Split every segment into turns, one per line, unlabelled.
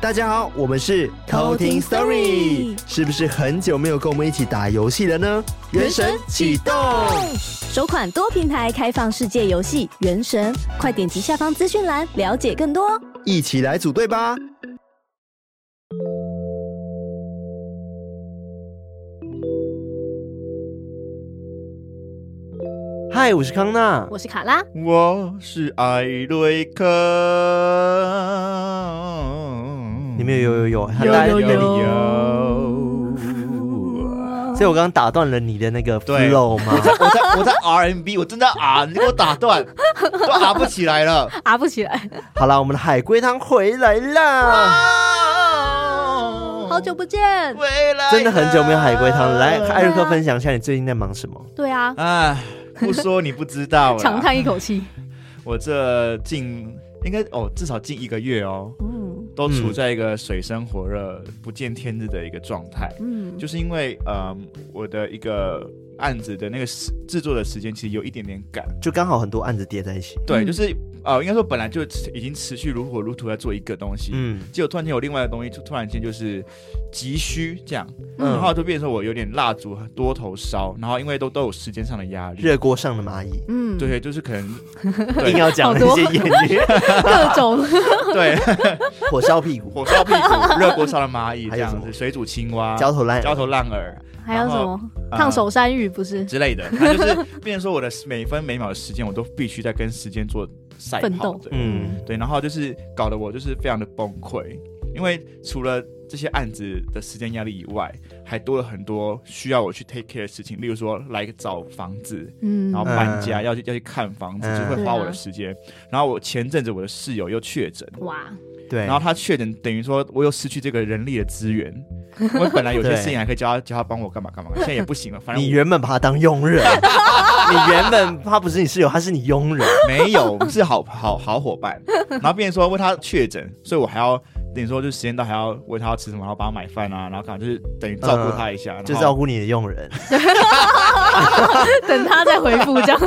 大家好，我们是
偷听 Story
是不是很久没有跟我们一起打游戏了呢？原神启动，
首款多平台开放世界游戏《原神》，快点击下方资讯栏了解更多哦。
一起来组队吧！
嗨，我是康娜，
我是卡拉，
我是艾瑞克。
你们有有有有，很
有
大
有有
所以我刚刚打断了你的那个
对
flow 吗
我？在嗯我在我在 RMB，我真的啊，你给我打断，都啊不起来了。
啊不起来，
好啦，我们的海龟汤回来啦，
啊
好久不见。
回来了，
真的很久没有海龟汤了。来，艾瑞克分享一下你最近在忙什么？
对啊，
哎，不说你不知道啦。
长叹一口气。
我这近应该哦，至少近一个月哦，
嗯
都处在一个水深火热、不见天日的一个状态。
嗯，
就是因为呃，我的一个案子的那个时制作的时间其实有一点点赶，
就刚好很多案子叠在一起。
对，
嗯
就是呃，应该说本来就已经持续如火如荼在做一个东西，
嗯
结果突然间有另外的东西，就突然间就是急需这样，
嗯
然后就变成我有点蜡烛多头烧，然后因为都都有时间上的压力，
热锅上的蚂蚁，
嗯，
对，就是可 能
硬要讲
好
那
多
些谚语，
各种
对
火烧屁股，
火烧屁股、热锅烧的蚂蚁这
还有
样
什么
子，水煮青蛙、
焦头烂
焦
额。
头烂额
还有什么
呃
烫手山芋不是
之类的，它就是变成说我的每分每秒的时间，我都必须在跟时间做赛
奋
跑
斗
对
嗯，
对，然后就是搞得我就是非常的崩溃，因为除了这些案子的时间压力以外，还多了很多需要我去 take care 的事情，例如说来找房子，
嗯
然后
嗯
搬家，要去要去看房子，
嗯
就会
对
花
啊
我的时间。然后我前阵子我的室友又确诊，
哇，
对。
然后他确诊等于说我又失去这个人力的资源，我本来有些事情还可以叫他叫他帮我干嘛干嘛，现在也不行了，反正
你
我
原本把他当佣 人，你原本他不是你室友，他是你佣人。
没有，我们是好好好伙伴。然后变成说为他确诊，所以我还要等于说就是时间到还要为他要吃什么，然后帮他买饭啊，然后干嘛就是等于照顾他一下，然后
就照顾你的佣人，
等他再回复这样。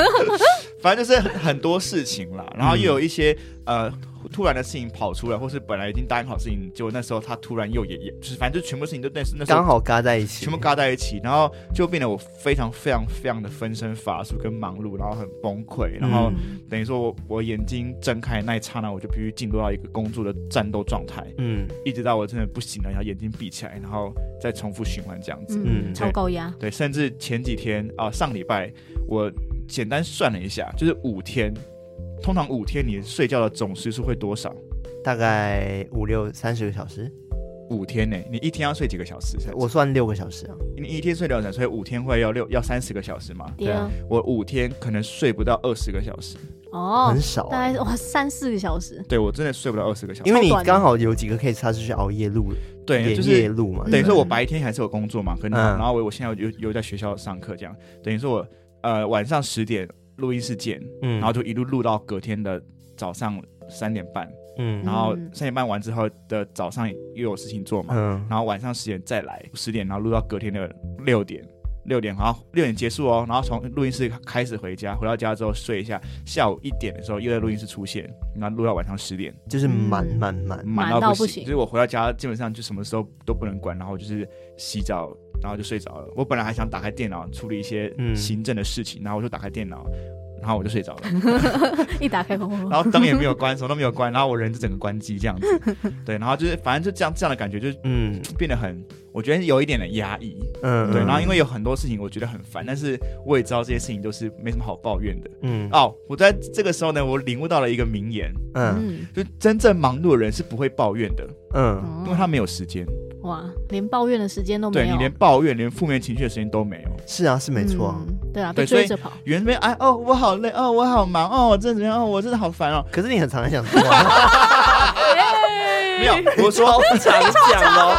反正就是很很多事情啦。然后又有一些、呃突然的事情跑出来，或是本来已经答应好事情，结果那时候他突然又也也就是反正就全部事情都那时那时
刚
候。
好嘎在一起，
全部嘎在一起，然后就变得我非常非常非常的分身乏术跟忙碌，然后很崩溃，然
嗯
后
嗯
等于说我我眼睛睁开那一刹那，我就必须进入到一个工作的战斗状态。
嗯，
一直到我真的不行了，然后眼睛闭起来，然后再重复循环这样子。
嗯，
嗯
超高压。
对，甚至前几天啊、上礼拜我简单算了一下，就是五天，通常五天你睡觉的总时数会多少？
大概五六三十个小时，
五天呢、你一天要睡几个小时？
嗯
我算六个小时啊，
你一天睡两小时，所以五天会要六要三十个小时嘛？
对啊，
我五天可能睡不到二十个小时，
哦
很，少啊、
大概哇三四个小时。
对我真的睡不到二十个小时
因。为你
超短的
刚好有几个 case，他是去熬夜录、
对，就
连
是
夜录嘛，
等
对
于
嗯
说我白天还是有工作嘛，可能、
嗯
然后我我现在又又在学校上课这样，等于说我呃晚上十点录音室见，
嗯
然后就一路录到隔天的早上三点半，
嗯
然后
嗯
三点半完之后的早上又有事情做嘛，
嗯，
然后晚上十点再来十点，然后录到隔天的六点。六点，然后六点结束哦，然后从录音室开始回家，回到家之后睡一下，下午一点的时候又在录音室出现，然后录到晚上十点，
就是满
嗯
满满，
满
满到
到
不
不
行
行。就是我回到家，基本上就什么时候都不能管，然后就是洗澡，然后就睡着了。我本来还想打开电脑处理一些
嗯
行政的事情，然后我就打开电脑，然后我就睡着了，
一打开，轰轰轰
然后灯也没有关，什么都没有关，然后我人就整个关机这样子。对，然后就是反正就这样这样的感觉，就是
嗯
变得很，我觉得有一点的压抑。
嗯，
对，然后因
为
为有很多事情我觉得很烦，但是我也知道这些事情都是没什么好抱怨的。
嗯
哦，我在这个时候呢，我领悟到了一个名言，
嗯
嗯，
就真正忙碌的人是不会抱怨的，
嗯，
因为
哦
他没有时间。
哇，连抱怨的时间都
对
哦没
你
有，
连抱怨、连负面情绪的时间都没有。
是啊，是没错啊、
嗯对啊，被
对所以
追着跑，
原本哎哦，我好累哦，我好忙哦，我真的怎么样哦，我真的好烦哦。
可是你很常想说、 啊，
没有，我是说
超常讲哦，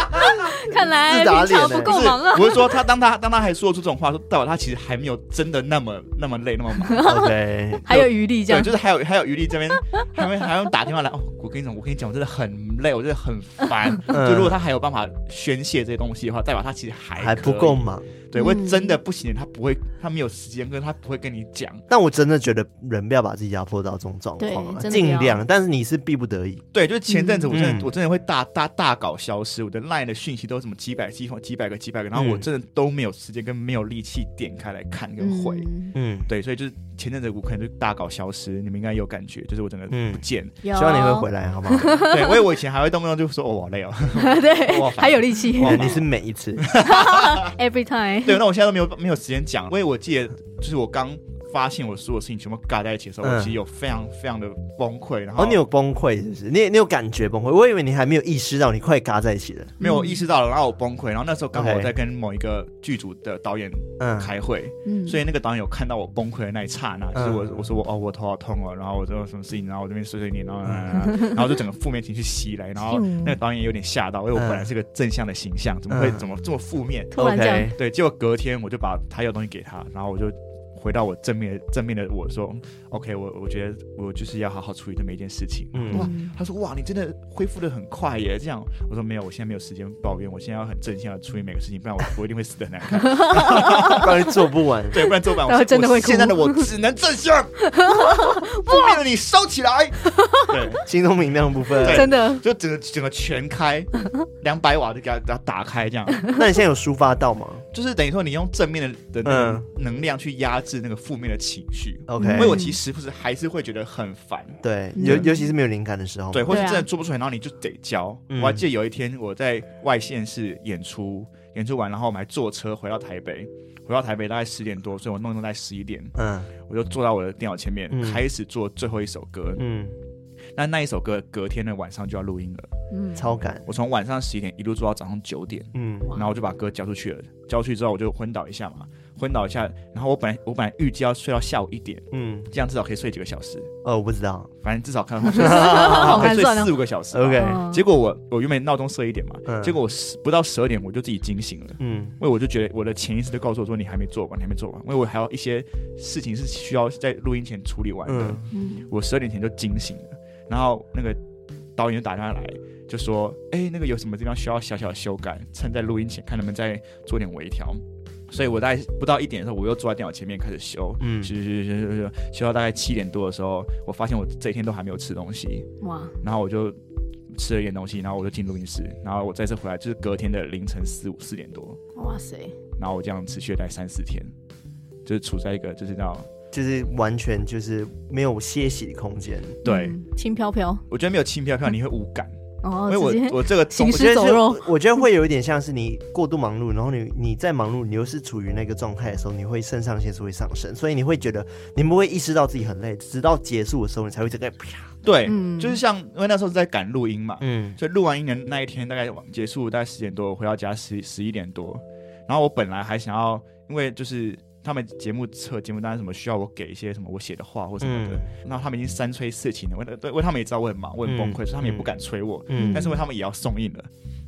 看来
自打
平
脸
常不
欸
不
够
是
忙啊，。
我是说他当他当他还说出这种话，说代表他其实还没有真的那么那么累那么 忙。
OK，
还有余力这
对，
样
就。是还有还有余力这边，还会还要打电话来哦。我跟你讲，我跟你讲，我真的很累，我真的很烦。
嗯
就如果他还有办法宣泄这些东西的话，代表他其实还
还不
可以
够。忙，
对，会
嗯
真的不行，他不会，他没有时间跟他不会跟你讲。
但我真的觉得人不要把自己压迫到这种状况、
对
啊，
真的不
尽
要
量。但是你是逼不得已，
对，就是前阵子我真的、
嗯
我真的会大大大搞消失，我的 LINE 的讯息都什么几百几百几百个几百个，然后我
嗯
真的都没有时间跟没有力气点开来看跟回。
嗯
嗯，
对，所以就是前阵子我可能就大搞消失，你们应该有感觉，就是我整个
嗯
不见。
有
希望你会回来，好不好？
对，因为我以前还会动不动就说哦，我好累哦。
对
哇，
还有力气
哇
对你是每一次，
，every time，
对，那我现在都没有没有时间讲，因为我记得就是我刚发现我所有事情全部尬在一起的时候，我
嗯
其实有非常非常的崩溃，然后
哦，你有崩溃是不是？你你有感觉崩溃？我以为你还没有意识到你快嘎在一起了。
没有意识到了，然后我崩溃，然后那时候刚好我
OK
在跟某一个剧组的导演
嗯，嗯
开会，
嗯
所以那个导演有看到我崩溃的那一刹那，就是我我说我哦我头好痛哦，然后我做什么事情，然后我这边碎碎念，然 后然后就整个负面情绪袭来，然后
嗯
那个导演有点吓到，因为我本来是个正向的形象，怎么会
嗯
怎么这么负面？
突然这样
OK
对，结果隔天我就把他要的东西给他，然后我就回到我正面的正面的我说嗯，OK，我我觉得我就是要好好处理这么一件事情。
嗯
哇
嗯，
他说哇，你真的恢复的很快耶！这样我说没有，我现在没有时间抱怨，我现在要很正向的处理每个事情，不然我我一定会死的难看。
不然做不完。
对，不然做不 完。
然后
我
真的会
我
哭
现在的我只能正 向，负面的你收起来。 对，
心中明亮的部分。
对
真的
就整个整个全开，两百瓦就给它给它打开，这样
那你现在有抒发到吗
就是等于说你用正面的的那个
嗯哎
能量去压制那个负面的情绪。
？OK，
因为我其实时不时还是会觉得很烦，
对，
嗯
尤尤其是没有灵感的时候。
对，或是
对啊
真的做不出来，然后你就得教。
嗯
我还记得有一天我在外县市演出，演出完然后我们还坐车回到台北，回到台北大概十点多，所以我弄一弄在十一点，
嗯
我就坐到我的电脑前面、
嗯
开始做最后一首歌。
嗯，
那那一首歌隔天的晚上就要录音了，
嗯
超感。
我从晚上十一点一路做到早上九点。
嗯
哇
然后我就把歌交出去了，交出去之后我就昏倒一下嘛，昏倒一下，然后我本来我本来预计要睡到下午一点，
嗯，
这样至少可以睡几个小时，
哦，我不知道。
反正至少看 到睡
好
可以
寒酸
睡
哦
四五个小时吧。
OK
嗯
结果我我原本闹钟设一点嘛，
嗯
结果我十不到十二点我就自己惊醒了，
嗯
因为我就觉得我的潜意识就告诉我说你还没做完，你还没做完，因为我还有一些事情是需要在录音前处理完的。
嗯，
嗯
我十二点前就惊醒了，然后那个导演就打电话来，就说：“哎、那个有什么地方需要小小的修改，趁在录音前看能不能再做点微调。”所以我大概不到一点的时候，我又坐在电脑前面开始修，
嗯
修修修修修修，修到大概七点多的时候，我发现我这一天都还没有吃东西，
哇，
然后我就吃了一点东西，然后我就进录音室，然后我再次回来就是隔天的凌晨四五四点多，
哇塞，
然后我这样持续了大概三四天，就是处在一个就是叫
就是完全就是没有歇息的空间。
对、
嗯，轻飘飘，
我觉得没有轻飘飘你会无感，
哦，
因
直
为
接
我我这个
行
中
我觉
尸
得
走
是
肉，
我觉得会有一点像是你过度忙碌，然后你你在忙碌，你又是处于那个状态的时候，你会肾上腺素会上升，所以你会觉得你不会意识到自己很累，直到结束的时候，你才会这个啪。
对，
嗯
就是像因为那时候是在赶录音嘛，
嗯
所以录完音的那一天大概结束大概十点多，我回到家十十一点多，然后我本来还想要，因为就是他们节目册节目单什么需要我给一些什么我写的话或什么的，
嗯
那、他们已经三催四请了，我对，因为他们也知道我很忙，我很崩溃，所以他们也不敢催我，
嗯
但是因为他们也要送印了。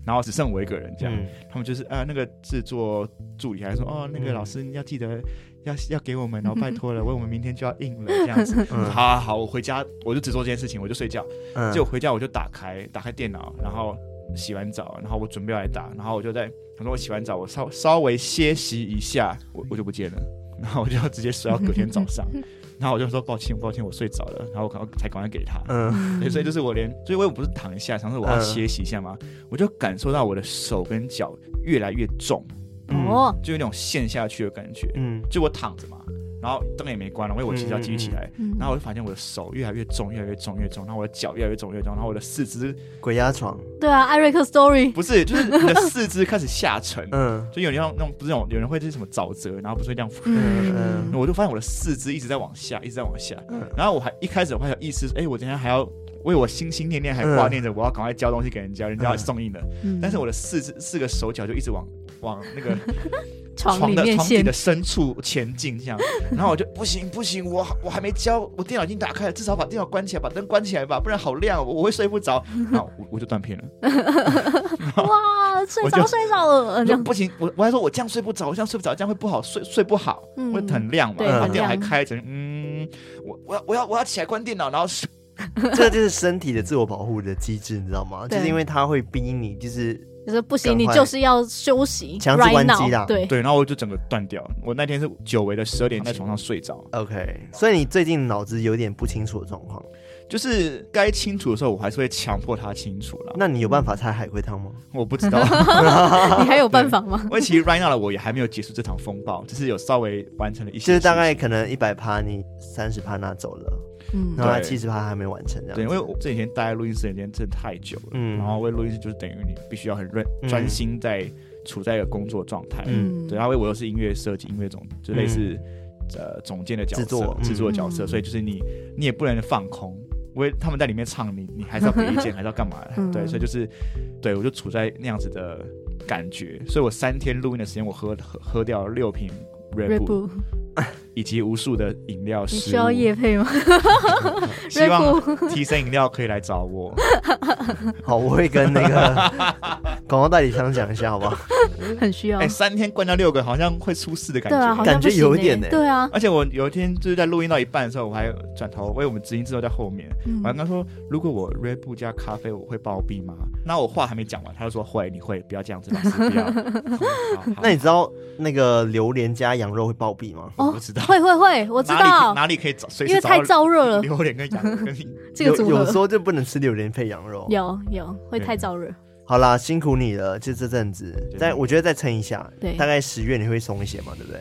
然后只剩我一个人这样，他们就是呃那个制作助理还说哦那个
嗯
老师你要记得要要给我们，然后拜托了，为我们明天就要印了这样子。
嗯
好好好，我回家我就只做这件事情，我就睡觉。
嗯
结果回家我就打开打开电脑，然后洗完澡，然后我准备要来打，然后我就在想说我洗完澡，我稍稍微歇息一下，我我就不见了， 然后我就直接睡到隔天 早上，然后我就说抱歉抱歉，我睡着了，然后我赶快才赶快给他。
嗯
对，所以就是我连，所以我也不是躺一下，想说我要
嗯
歇息一下嘛，我就感受到我的手跟脚越来越重，
哦，
就有那种陷下去的感觉。
嗯
就我躺着嘛，然后灯也没关了，因为我其实要继续起来，
嗯
然后我就发现我的手越来越重，越来越重，越重，然后我的脚越来越重，越重，然后我的四肢
鬼压床。
对啊，艾瑞克 story，
不是，就是你的四肢开始下沉，
嗯
就有点像那种不是那种有人会是什么沼泽，然后不是会这样，
嗯
我就发现我的四肢一直在往下，一直在往下，
嗯
然后我还一开始我还有意识，哎，我今天还要。为我心心念念还
嗯
挂念着，我要赶快交东西给人家，人家要送印的。
嗯
但是我的四肢四个手脚就一直往往那个
床里
的
面
床底
陷
的，深处前 进，这样。然后我就不行不行，我我还没交，我电脑已经打开了，至少把电脑关起来，把灯关起来吧，不然好亮哦，我我会睡不着。 然后我我就断片了，
哇，睡
我
着
就
睡着了，
我
嗯这
说
样
不行，我我还说我这样睡不着，我这样睡不着，这样会不好睡睡不好，
嗯
会很亮嘛，
对
然后
很
电脑还
亮
开着，嗯，我我要我要我要起来关电脑，然后。
这就是身体的自我保护的机制，你知道吗？
对
就是因为它会逼你，就是
就是不行，
赶
你
快
就是要休息
强制
，right
关机
now，
啦
对，
对，然后我就整个断掉。我那天是久违的十二点在床上睡着，
OK。所以你最近脑子有点不清楚的状况，
就是该清楚的时候，我还是会强迫他清楚了。
那你有办法猜海龟汤吗？
我不知 道，
你还有办法 吗？
因为其实 right now 的我也还没有结束这场风暴，只是有稍微完成了一些事
就
情，
是大概可能一百趴，你三十趴拿走了，
嗯，
然后
对
七十趴还没完成这样子。
对，因为我这几天待在录音室的时间真的太久了，
嗯
然后为录音室就是等于你必须要很认
嗯
专心在处在一个工作状态，
嗯
对，然后啊因为我又是音乐设计、音乐总，就类似、呃总监的角色、
嗯制作
制作角色，
嗯
所以就是你你也不能放空，因为他们在里面唱你，你还是要给意 见，还是要干嘛的，
嗯
对，所以就是对我就处在那样子的感觉，所以我三天录音的时间，我喝喝喝掉了六瓶 Red
Red
Bull，
Bull，
以及无数的饮料
你
食物，
需要夜配吗？
希
Red 嗯
望提神饮料可以来找我。
好，我会跟那 个广告代理商讲一下，好不好？
很需要
哎、，三天灌掉六个，好像会出事的感
对
觉。
啊，好像
感觉
不行
有
欸
一点欸
对啊，
而且我有一天就是在录音到一半的时候，我还转头为我们执行制作在后面，
嗯
我还跟他说，如果我 Red Bull 加咖啡，我会暴毙吗？那我话还没讲完，他就说会，你会，不要这样子，老师 不要。嗯好好
那你知道那个榴莲加羊肉会暴毙吗？
我
哦
不知道，
会会会，我知
哪里可
道，
哪里可以找，随
因
时
为
找
太
到
燥热了，
榴莲跟羊肉 跟你
这个
有
组
有时
合
候就不能吃榴莲配羊肉。
有有会太燥热，
好啦，辛苦你了，就这阵子
对，
但我觉得再撑一下，
对
大概十月你会松一些嘛，对不对？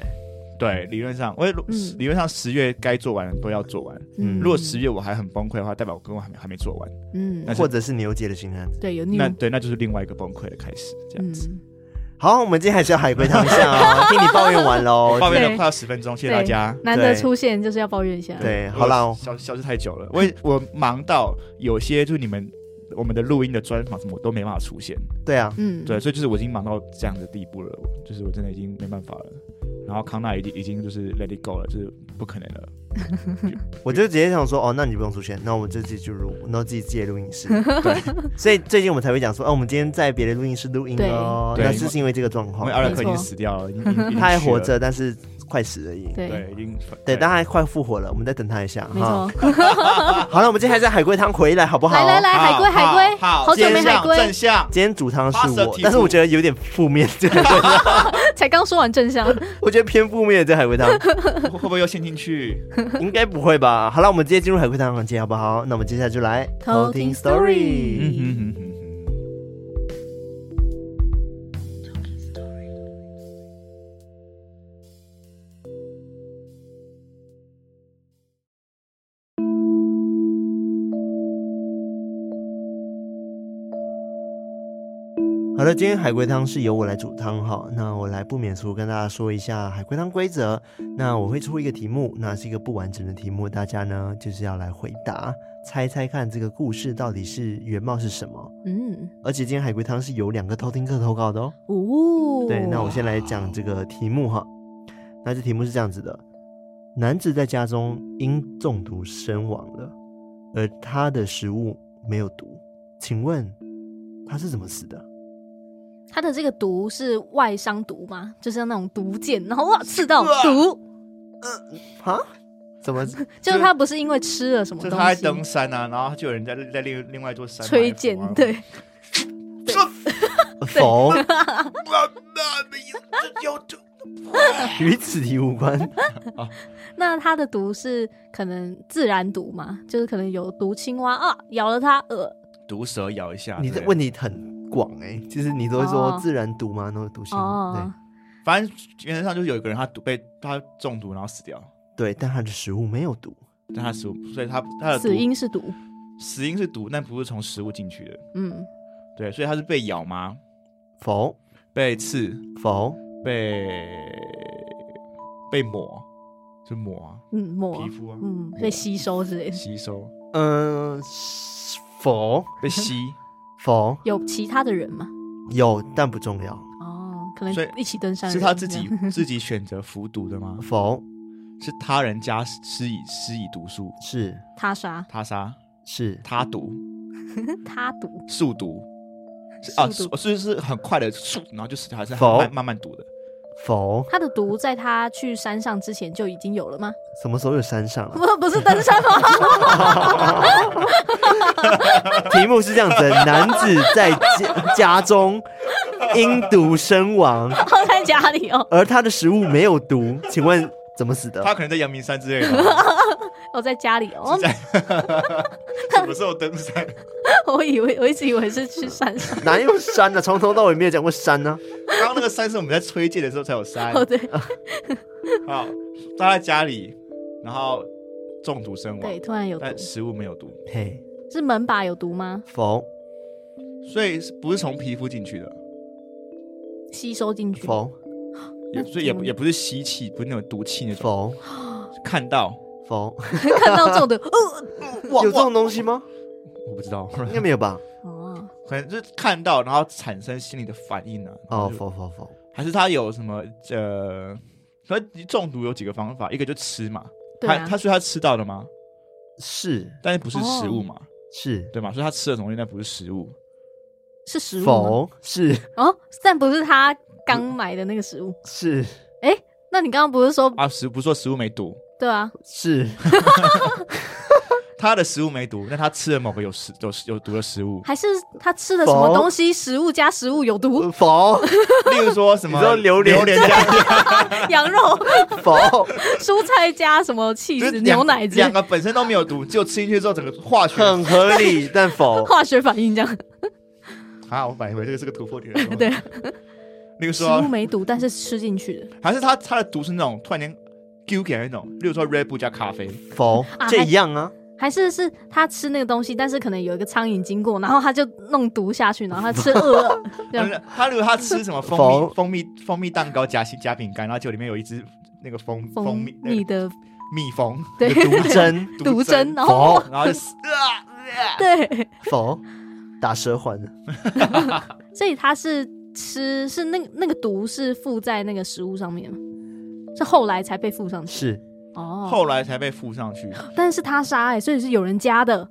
对理论上，我也
嗯
理论上十月该做完的都要做完。
嗯，
如果十月我还很崩溃的话，代表我根本还没还没做完。
嗯
那，是
或者是牛姐的新案子。
对有
那
new，
对，那就是另外一个崩溃的开始，这样子。
嗯，
好，我们今天还是要海龟汤一下 哦，听你抱怨完喽
我。抱怨了
对
快要十分钟，谢谢
对
大家。
难得
嗯对
出现就是要抱怨一下，
对，好啦，哦
我消消失太久了，我也我忙到有些就是你们我们的录音的专访什么我都没办法出现，
对啊，
嗯，
对，所以就是我已经忙到这样的地步了，就是我真的已经没办法了。然后康纳已经已经就是 let it go 了，就是不可能了。
我就直接想说，哦，那你不用出现，那我们就自己去录，然后自己自己的录音 室。对，所以最近我们才会讲说，哦，我们今天在别的录音室录音哦，
对
那
对
是因为这个状
因
况
为，阿
没
拉克已经
错
死掉了，已经已经已 经
他还活
去了，
着，但是快死而已。
对，
对，已经
对，但他还快复活了，我们再等他一下
没
哈
错。，
好了，我们今天还是海龟汤回来好不好？
来来来，哎海龟海龟，
好，
好久没
今天
海龟，
正向，
今天主汤是我
Positive，
但是我觉得有点负面，这个
才刚说完正 向，
我觉得偏负面这海龟汤，
会会不会又陷进去？
应该不会吧？好了，我们直接进入海龟汤环节好不好？那我们接下来就来
偷听 story
嗯哼哼哼哼。
好的，今天海龟汤是由我来煮汤哈。那我来不免俗跟大家说一下海龟汤规则。那我会出一个题目，那是一个不完整的题目，大家呢就是要来回答，猜猜看这个故事到底是原貌是什么。
嗯，
而且今天海龟汤是有两个偷听客投稿的哦。
哦，
对，那我先来讲这个题目哈。那这题目是这样子的：男子在家中因中毒身亡了，而他的食物没有毒，请问他是怎么死的？
它的这个毒是外伤毒吗？就是像那种毒箭，然后哇刺 到毒，
哈？怎么？
就是它不是因为吃了什么
就是
东
他在
西
登山啊，然后就有人在在另另外一座山啊
吹箭，对，
否，
那那有有
与此题无关。
那它的毒是可能自然毒嘛，就是可能有毒青蛙啊咬了它，呃，
毒蛇咬一下。
你的
啊对
问题很广哎、其实你都会
哦
说自然毒吗？那个毒性，
嗯
哦，
反正原则上就是有一个人他毒被他中毒然后死掉，
对对，但他的食物没有毒。
但他食物，所以他他的毒
死因是毒，
死因是毒，但不是从食物进去的，
嗯，
对，所以他是被咬吗？
否，
被刺，
否，
被被抹，就抹啊，
嗯，抹
皮，肤啊，
嗯，被吸收之类的。
吸收，
嗯、否，
被 吸，
否，
有其他的人吗？
有，但不重要。
哦，可能
所以
一起登山的
是
人
他自己
这样
自己选择服毒的吗？
否，
是他人加施以施以毒术，
是，
他杀
他杀
是，
他毒
他毒
速毒。是啊，
速
是
毒
是是很快的速，然后就死掉，还是
否
慢慢慢读的？
否？
他的毒在他去山上之前就已经有了吗？
什么时候有山上啊、
不，不是登山吗？
题目是这样子：男子在家家中因毒身亡，
哦，在家里哦，
而他的食物没有毒，请问怎么死的？
他可能在阳明山 之类的，
哦，在家里哦，
什么时候登山？
我以为我一直以为是去山 上，
哪有山呢、从头到尾没有讲过啊山呢、
刚刚那个山是我们在崔健的时候才有山，
哦对
好，他在家里，然后中毒身亡
对，，突然有毒，
但食物没有毒，
嘿，
是门把有毒吗？
否
所以是不是从皮肤进去的，
吸收进去？
否
也所以也不也不是吸气，不是那种毒气那种，
否
看到
否，
看到中毒，哦
有这种东西 吗？
我不知道，
应该没有吧？
哦，
可能就是看到，然后产生心理的反应呢、啊。
哦，
就是
否否否，
还是他有什么呃，所以中毒有几个方法，一个就吃嘛，
对
他
啊
他，说他吃到的吗？
是
但是不是食物
哦
嘛，
是
对吗？所以他吃的东西那不是食物，
是食物吗？
否是
哦，但不是他刚买的那个食物。
是
那你刚刚不是说
啊，食不是说食物没毒，
对啊？，
是
他的食物没毒，但他吃了某个有食有有毒的食物
还是他吃了什么东西？食物加食物有 毒，
否
例如说什么
你说榴莲
榴莲 加
羊肉、
否，
蔬菜加什么气
就
死
是
牛
两
奶嗯之类
两个本身都没有毒，只有吃进去之后整个化学
很合理，但否
化学反应这样。
啊，我以为这个是个突破点，
对，
例如
食
说
物没毒，但是吃进去的
还是他他的毒是那种突然间丢给那种，例如说 Red Bull 加咖啡，
否
啊
这
还
一样啊，
还是是他吃那个东西，但是可能有一个苍蝇经过，然后他就弄毒下去，然后他吃饿 了，这样
他他如果他吃什么蜂
否
蜜蜂蜜蜂蜜蛋糕夹心夹饼干，然后就里面有一只那个蜂
蜂
蜜那个
蜜的
蜜蜂
对哦
毒 针
毒针，然后
否
然后就死啊，
对，
否打蛇环
所以他是吃是那那个毒是附在那个食物上面吗？是后来才被附上去
是
哦，
后来才被附上去，
但是他杀哎、所以是有人加的，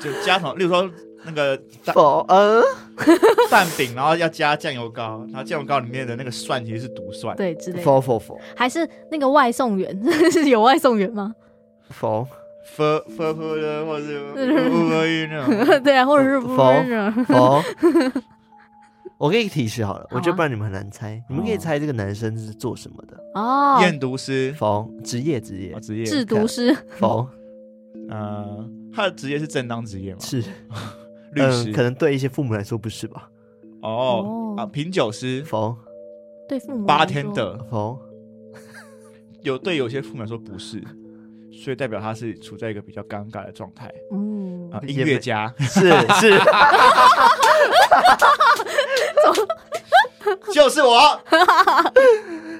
就加什么，例如说那个蛋
否呃
蛋饼，然后要加酱油膏，然后酱油膏里面的那个蒜其实是毒蒜，
对之类的，
否否否
还是那个外送员 是有外送员吗？
否
喝喝喝的或者是呃那种，
对啊，或者是不啊
否
是？
否。我给你提示好了，我觉得
好啊
不然你们很难猜。你们可以猜这个男生是做什么的？
哦，
验毒师
否，职业哦职业
啊，职业
制毒师
否
呃，他的职业是正当职业嘛，
是
律
嗯，可
师
能对一些父母来说不是 吧？
哦
哦
啊，品酒师。
否
对父母
八
来
天
说，
的
否
有对有些父母来说不是，所以代表他是处在一个比较尴尬的状态
嗯，
啊。
也
音
没
乐家，
是是
就是我，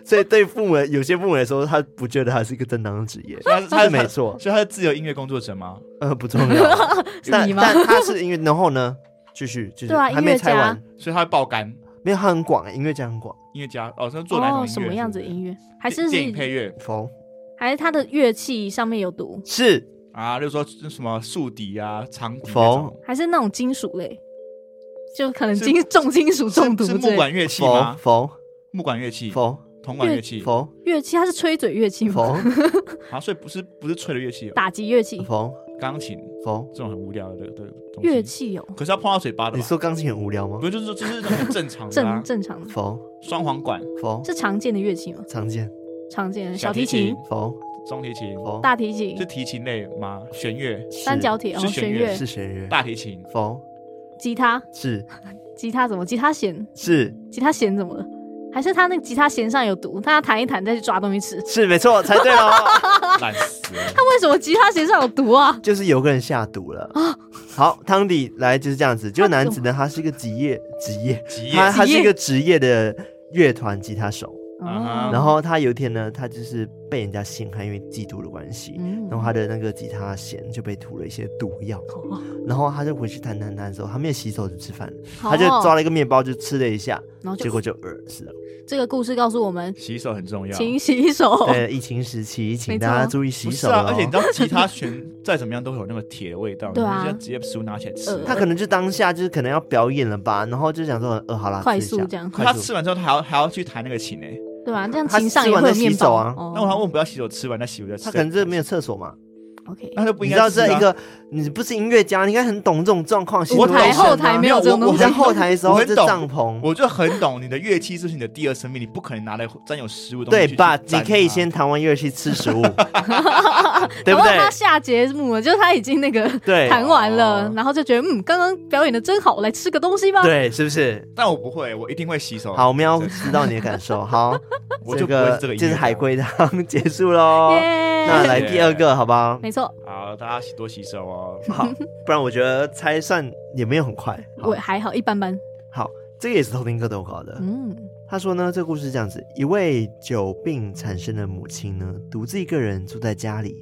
所以对父母有些父母来说，他不觉得他是一个正当的职业，
他
他是没 错，
所以他是自由音乐工作者吗？
呃，不重要。但
你吗
但他是因为然后呢，继续继续，
对啊
还没猜完
音，
所以他会爆肝
没有他很广，欸音乐家很广。
音乐家哦，是做哪种音
哦，
乐？
什么样子的音
乐？
乐？还是
电影配乐
否
还是他的乐器上面有毒，
是
啊，例如说什么竖笛啊、长笛那
否
种
还是那种金属类？就可能
是
金重金属中毒
是
之
木
类的
管乐器
否
吗？
否
木管乐器、
否
铜管乐器
否
乐器，它是吹嘴乐器吗？
否
啊，所以不是不是吹的乐器哦，
打击乐器，
否
钢琴
否，
这种很无聊的的东
乐
西。
器哦有
可是他碰到嘴巴的
你
吧，
说钢琴很无聊吗？
不就是就是那种很正常的 啊
正正常的，
否
双簧管、
否
是常见的乐器吗？
常见
常见的
小
小
提
提琴、
否
中提琴、
否
大提琴
是、提琴类吗？ 弦乐、
是
三角铁、
是
哦
弦
弦
乐
乐、
是弦乐
大 提琴、
否
吉他、
是
吉他怎么？吉他弦、
是
吉他弦怎么了？还是他那吉他弦上有毒，他要弹一弹再去抓东西吃？
是没错，猜对了，哦
烂死 了。
他为什么吉他弦上有毒啊？
就是有个人下毒了。好，汤底来就是这样子，就是男子呢，他是一个职业职业，
吉
他他
业
是
职业
一个职业的乐团吉他手。
哦嗯
啊哈
然后他有一天呢，他就是被人家陷害，因为嫉妒的关系，
嗯
然后他的那个吉他弦就被涂了一些毒药，
哦
然后他就回去弹弹弹的时候，他没有洗手就吃饭了，
好
他就
哦
抓了一个面包就吃了一下，
然后就
结果就饿死了。
这个故事告诉我们，
洗手很重要。
勤洗手。
对，疫情时期，请
没
大家
错
注意洗
不是
手哦
啊，
咯
而且你知道吉他弦再怎么样都会有那个铁的味 道，
对啊
你就直接食物拿起来吃。
呃
他可能就当下就是可能要表演了吧，然后就想说，呃，好啦，
快
吃一下
速这样
可他
快速
吃完之后，他还要还要去弹那个琴诶，
对啊，这样
他
情上
吃
也
完
会有
再洗
面
手
包。
啊
哦
那我还问不要洗手，吃完再洗，我再吃。
他可能这没有厕所嘛，
OK，
那就不
你
应
知
该
道
吃啊。
这一个，你不是音乐家，你应该很懂这种状况。
我
心
懂
路
台
历程啊
后台没有这种
没有
东
你
西
在。后台的时候，
我
这
懂
帐篷
我就很懂你的乐器就是你的第二生命，你不可能拿来占有食物的东西
对
去
吧？
去
你
占
可以
它
先弹完乐器吃食物，对
然
不
后
对
他？下节目了，就是他已经那个
对
弹完了
哦，
然后就觉得嗯，刚刚表演的真好，来吃个东西吧。
对，是不是？
但我不会，我一定会洗手。
好，我们要
对
知道你的感受。好，
我
这
就不会
个
是这个音
这
乐
是
家
海。龟汤结束喽。
耶，
那来第二个，好不好？
没错，
好，大家洗多洗手哦。
好，不然我觉得猜算也没有很快。好
我还好，一般般。
好，这个也是偷听哥投稿的。
嗯，
他说呢，这故事是这样子：一位久病缠身的母亲呢，独自一个人住在家里。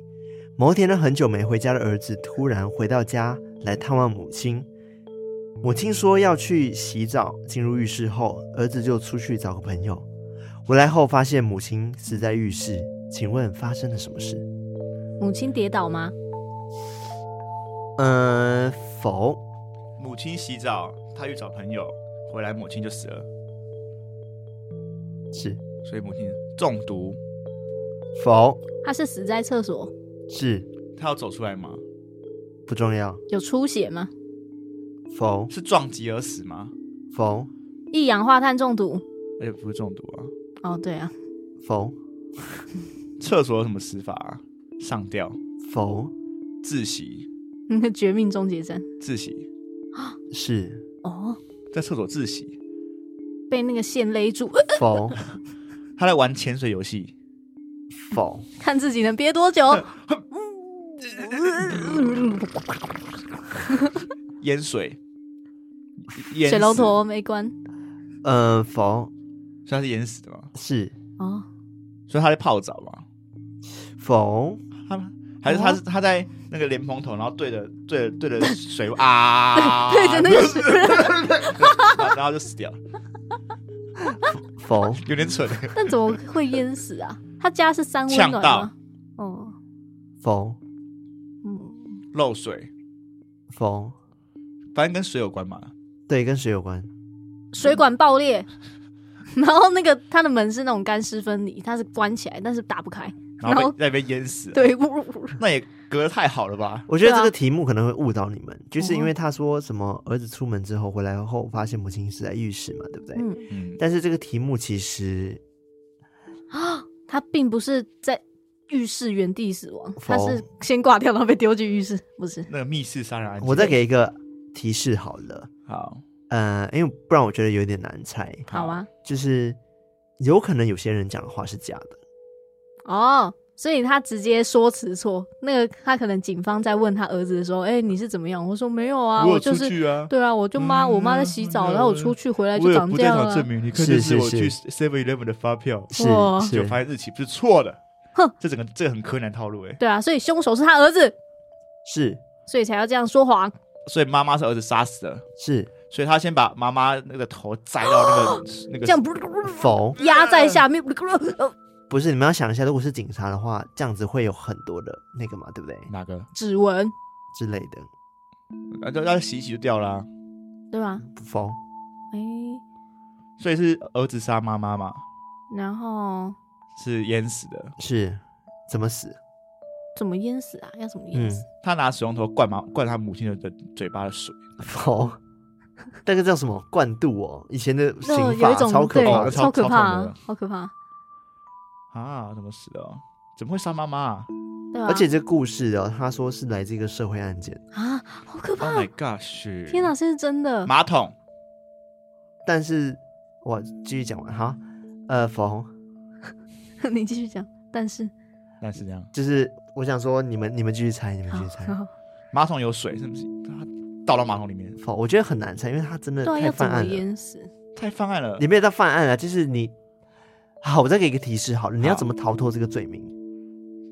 某一天呢，很久没回家的儿子突然回到家来探望母亲。母亲说要去洗澡，进入浴室后，儿子就出去找个朋友。回来后发现母亲死在浴室，请问发生了什么事？
母亲跌倒吗？
嗯、否，
母亲洗澡，她去找朋友，回来母亲就死了，
是，
所以母亲中毒，
否，
她是死在厕所，
是，
她要走出来吗？
不重要，
有出血吗？
否，
是撞击而死吗？
否，
一氧化碳中毒？
而且不是中毒啊，
哦，对啊，
否，
厕所有什么死法、啊？上吊、
否，
窒息、
那个绝命终结战。
窒息，
是，
哦，
在厕所窒息。
被那个线勒住，呃
否，
她在玩潜水游戏，
否，
看自己能憋多久。
淹水， 淹
水龙
死，
头没关。
嗯、否，
所以她是淹死的嘛？
是。
哦，
所以她在泡澡嘛？
否，
她还是她
哦
是她在那个莲蓬头，然后对着对着对着 水啊，
对着那个水
然后就死掉了，
否，
有点蠢。
但怎么会淹死啊？他家是三温暖
呛到
吗？哦，
否，
嗯，
漏水，
否，
反正跟水有关嘛。
对，跟水有关。
水管爆裂， 然后那个他的门是那种干湿分离，它是关起来，但是打不开。
然
然
后
后
被在那边淹死，，
对，呜呜呜
那也隔得太好了吧？
我觉得
对啊
这个题目可能会误导你们，就是因
哦
为他说什么儿子出门之后回来后发现母亲死在浴室嘛，对不对？
嗯
嗯，
但是这个题目其实
啊，他并不是在浴室原地死亡，他
哦
是先挂掉，然后被丢进浴室，不是？
那个密室杀人案件，
我再给一个提示好了，
好，
呃，因为不然我觉得有点难猜，
好啊，
就是有可能有些人讲的话是假的，
哦。所以他直接说辞错，那个他可能警方在问他儿子的时候，哎、你是怎么样？我说没有啊，
我有
就
出
是
去啊，
对啊，我就妈，
嗯
我妈在洗
没
澡，
有
然后我出去回来
我
就
有
长
不
这
在
样啊
场
了
证。明，你
是
看这是
是
我去
是
Seven Eleven 的发票，
是
哇
是
就发现日期不是错的，
哼，
这整个这个很柯南套路哎，
对啊，所以凶手是他儿子，
是
所以才要这样说谎。
所以妈妈是儿子杀死的，
是
所以他先把妈妈那个头栽到那个那个
哦这样不
否，
压在下面，呃
不是你们要想一下，如果是警察的话，这样子会有很多的那个嘛，对不对？
哪个，
指纹，
之类的，
那就那就洗一洗就掉啦，
对啊吧？
否，
哎，
所以是儿子杀妈妈嘛，
然后
是淹死的，
是怎么死？
怎么淹死啊？要怎么淹
嗯
死？
他拿水龙头灌妈灌他母亲的的嘴巴的水。
否，那个叫什么灌渡哦，以前的
那
刑
有
法
一种
超可
对
怕的
超
超可怕
超恐怖
啊
的，
好可怕，
啊，怎么死的哦？怎么会杀妈妈、啊
对吧？
而且这故事哦，他说是来自一个社会案件，
啊，好可
？Oh
怕！
my gosh！
天哪，，这是真的。
马桶
但是我继续讲完哈，呃，否，
你继续讲，但是
但是这样，
就是我想说你们你们继续猜，你们继
好
续猜，，
好
马桶有水是不是？他倒到马桶里面，
否，我觉得很难猜，因为他真的
对啊，
太
要怎
犯
么
案了，
淹死？
太方案了
你。没有到犯案啊，就是你，好，我再给一个提示好了，你要
好
怎么逃脱这个罪名？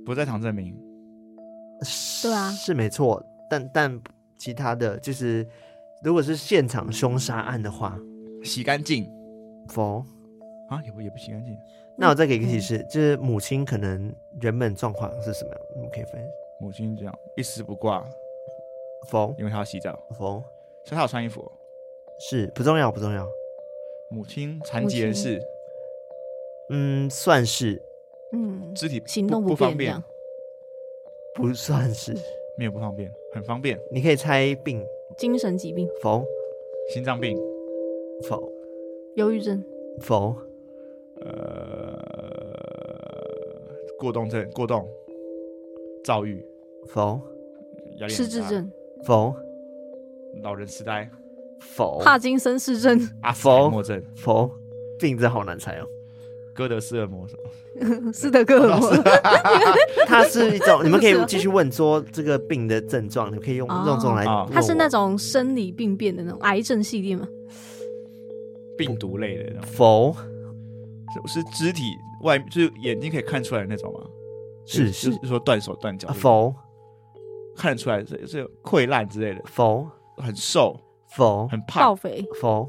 不在场证明，
对啊
是没错，但但其他的就是，如果是现场凶杀案的话，
洗干净
否。
啊，也不也不洗干净。
那我再给一个提示，就是母亲可能原本状况是什么样，你们可以分析
母亲这样一丝不挂，
否
因为她要洗澡，
否
所以她有穿衣服。
是不重要不重要，
母亲残疾人士，
嗯，算是
嗯，
肢体不
行动
不
便
方
这
便
样，，
不算是？
没有不方便，很方便。
你可以猜病
精神疾病、
否
心脏病，
否
忧郁症、
否
呃，过动症、过动、躁郁、
否
压力很
失智
大、
症、
否
老人痴呆、
否
帕金森氏症、
阿兹
否
海默症、
否病真好难猜哦。
哥德斯尔摩症。
斯德哥尔摩。
它是一种，你们可以
是啊
继续问说这个病的症状，你们可以用
哦
用这种来问
哦
我。
它是那种生理病变的那种癌症系列嘛？
病毒类的那种，
否
是是肢体外，就是眼睛可以看出来的那种吗？
是
就是就是说断手断脚
啊，否
看得出来是是有溃烂之类的，
否
很瘦
否
很胖
暴，肥，
否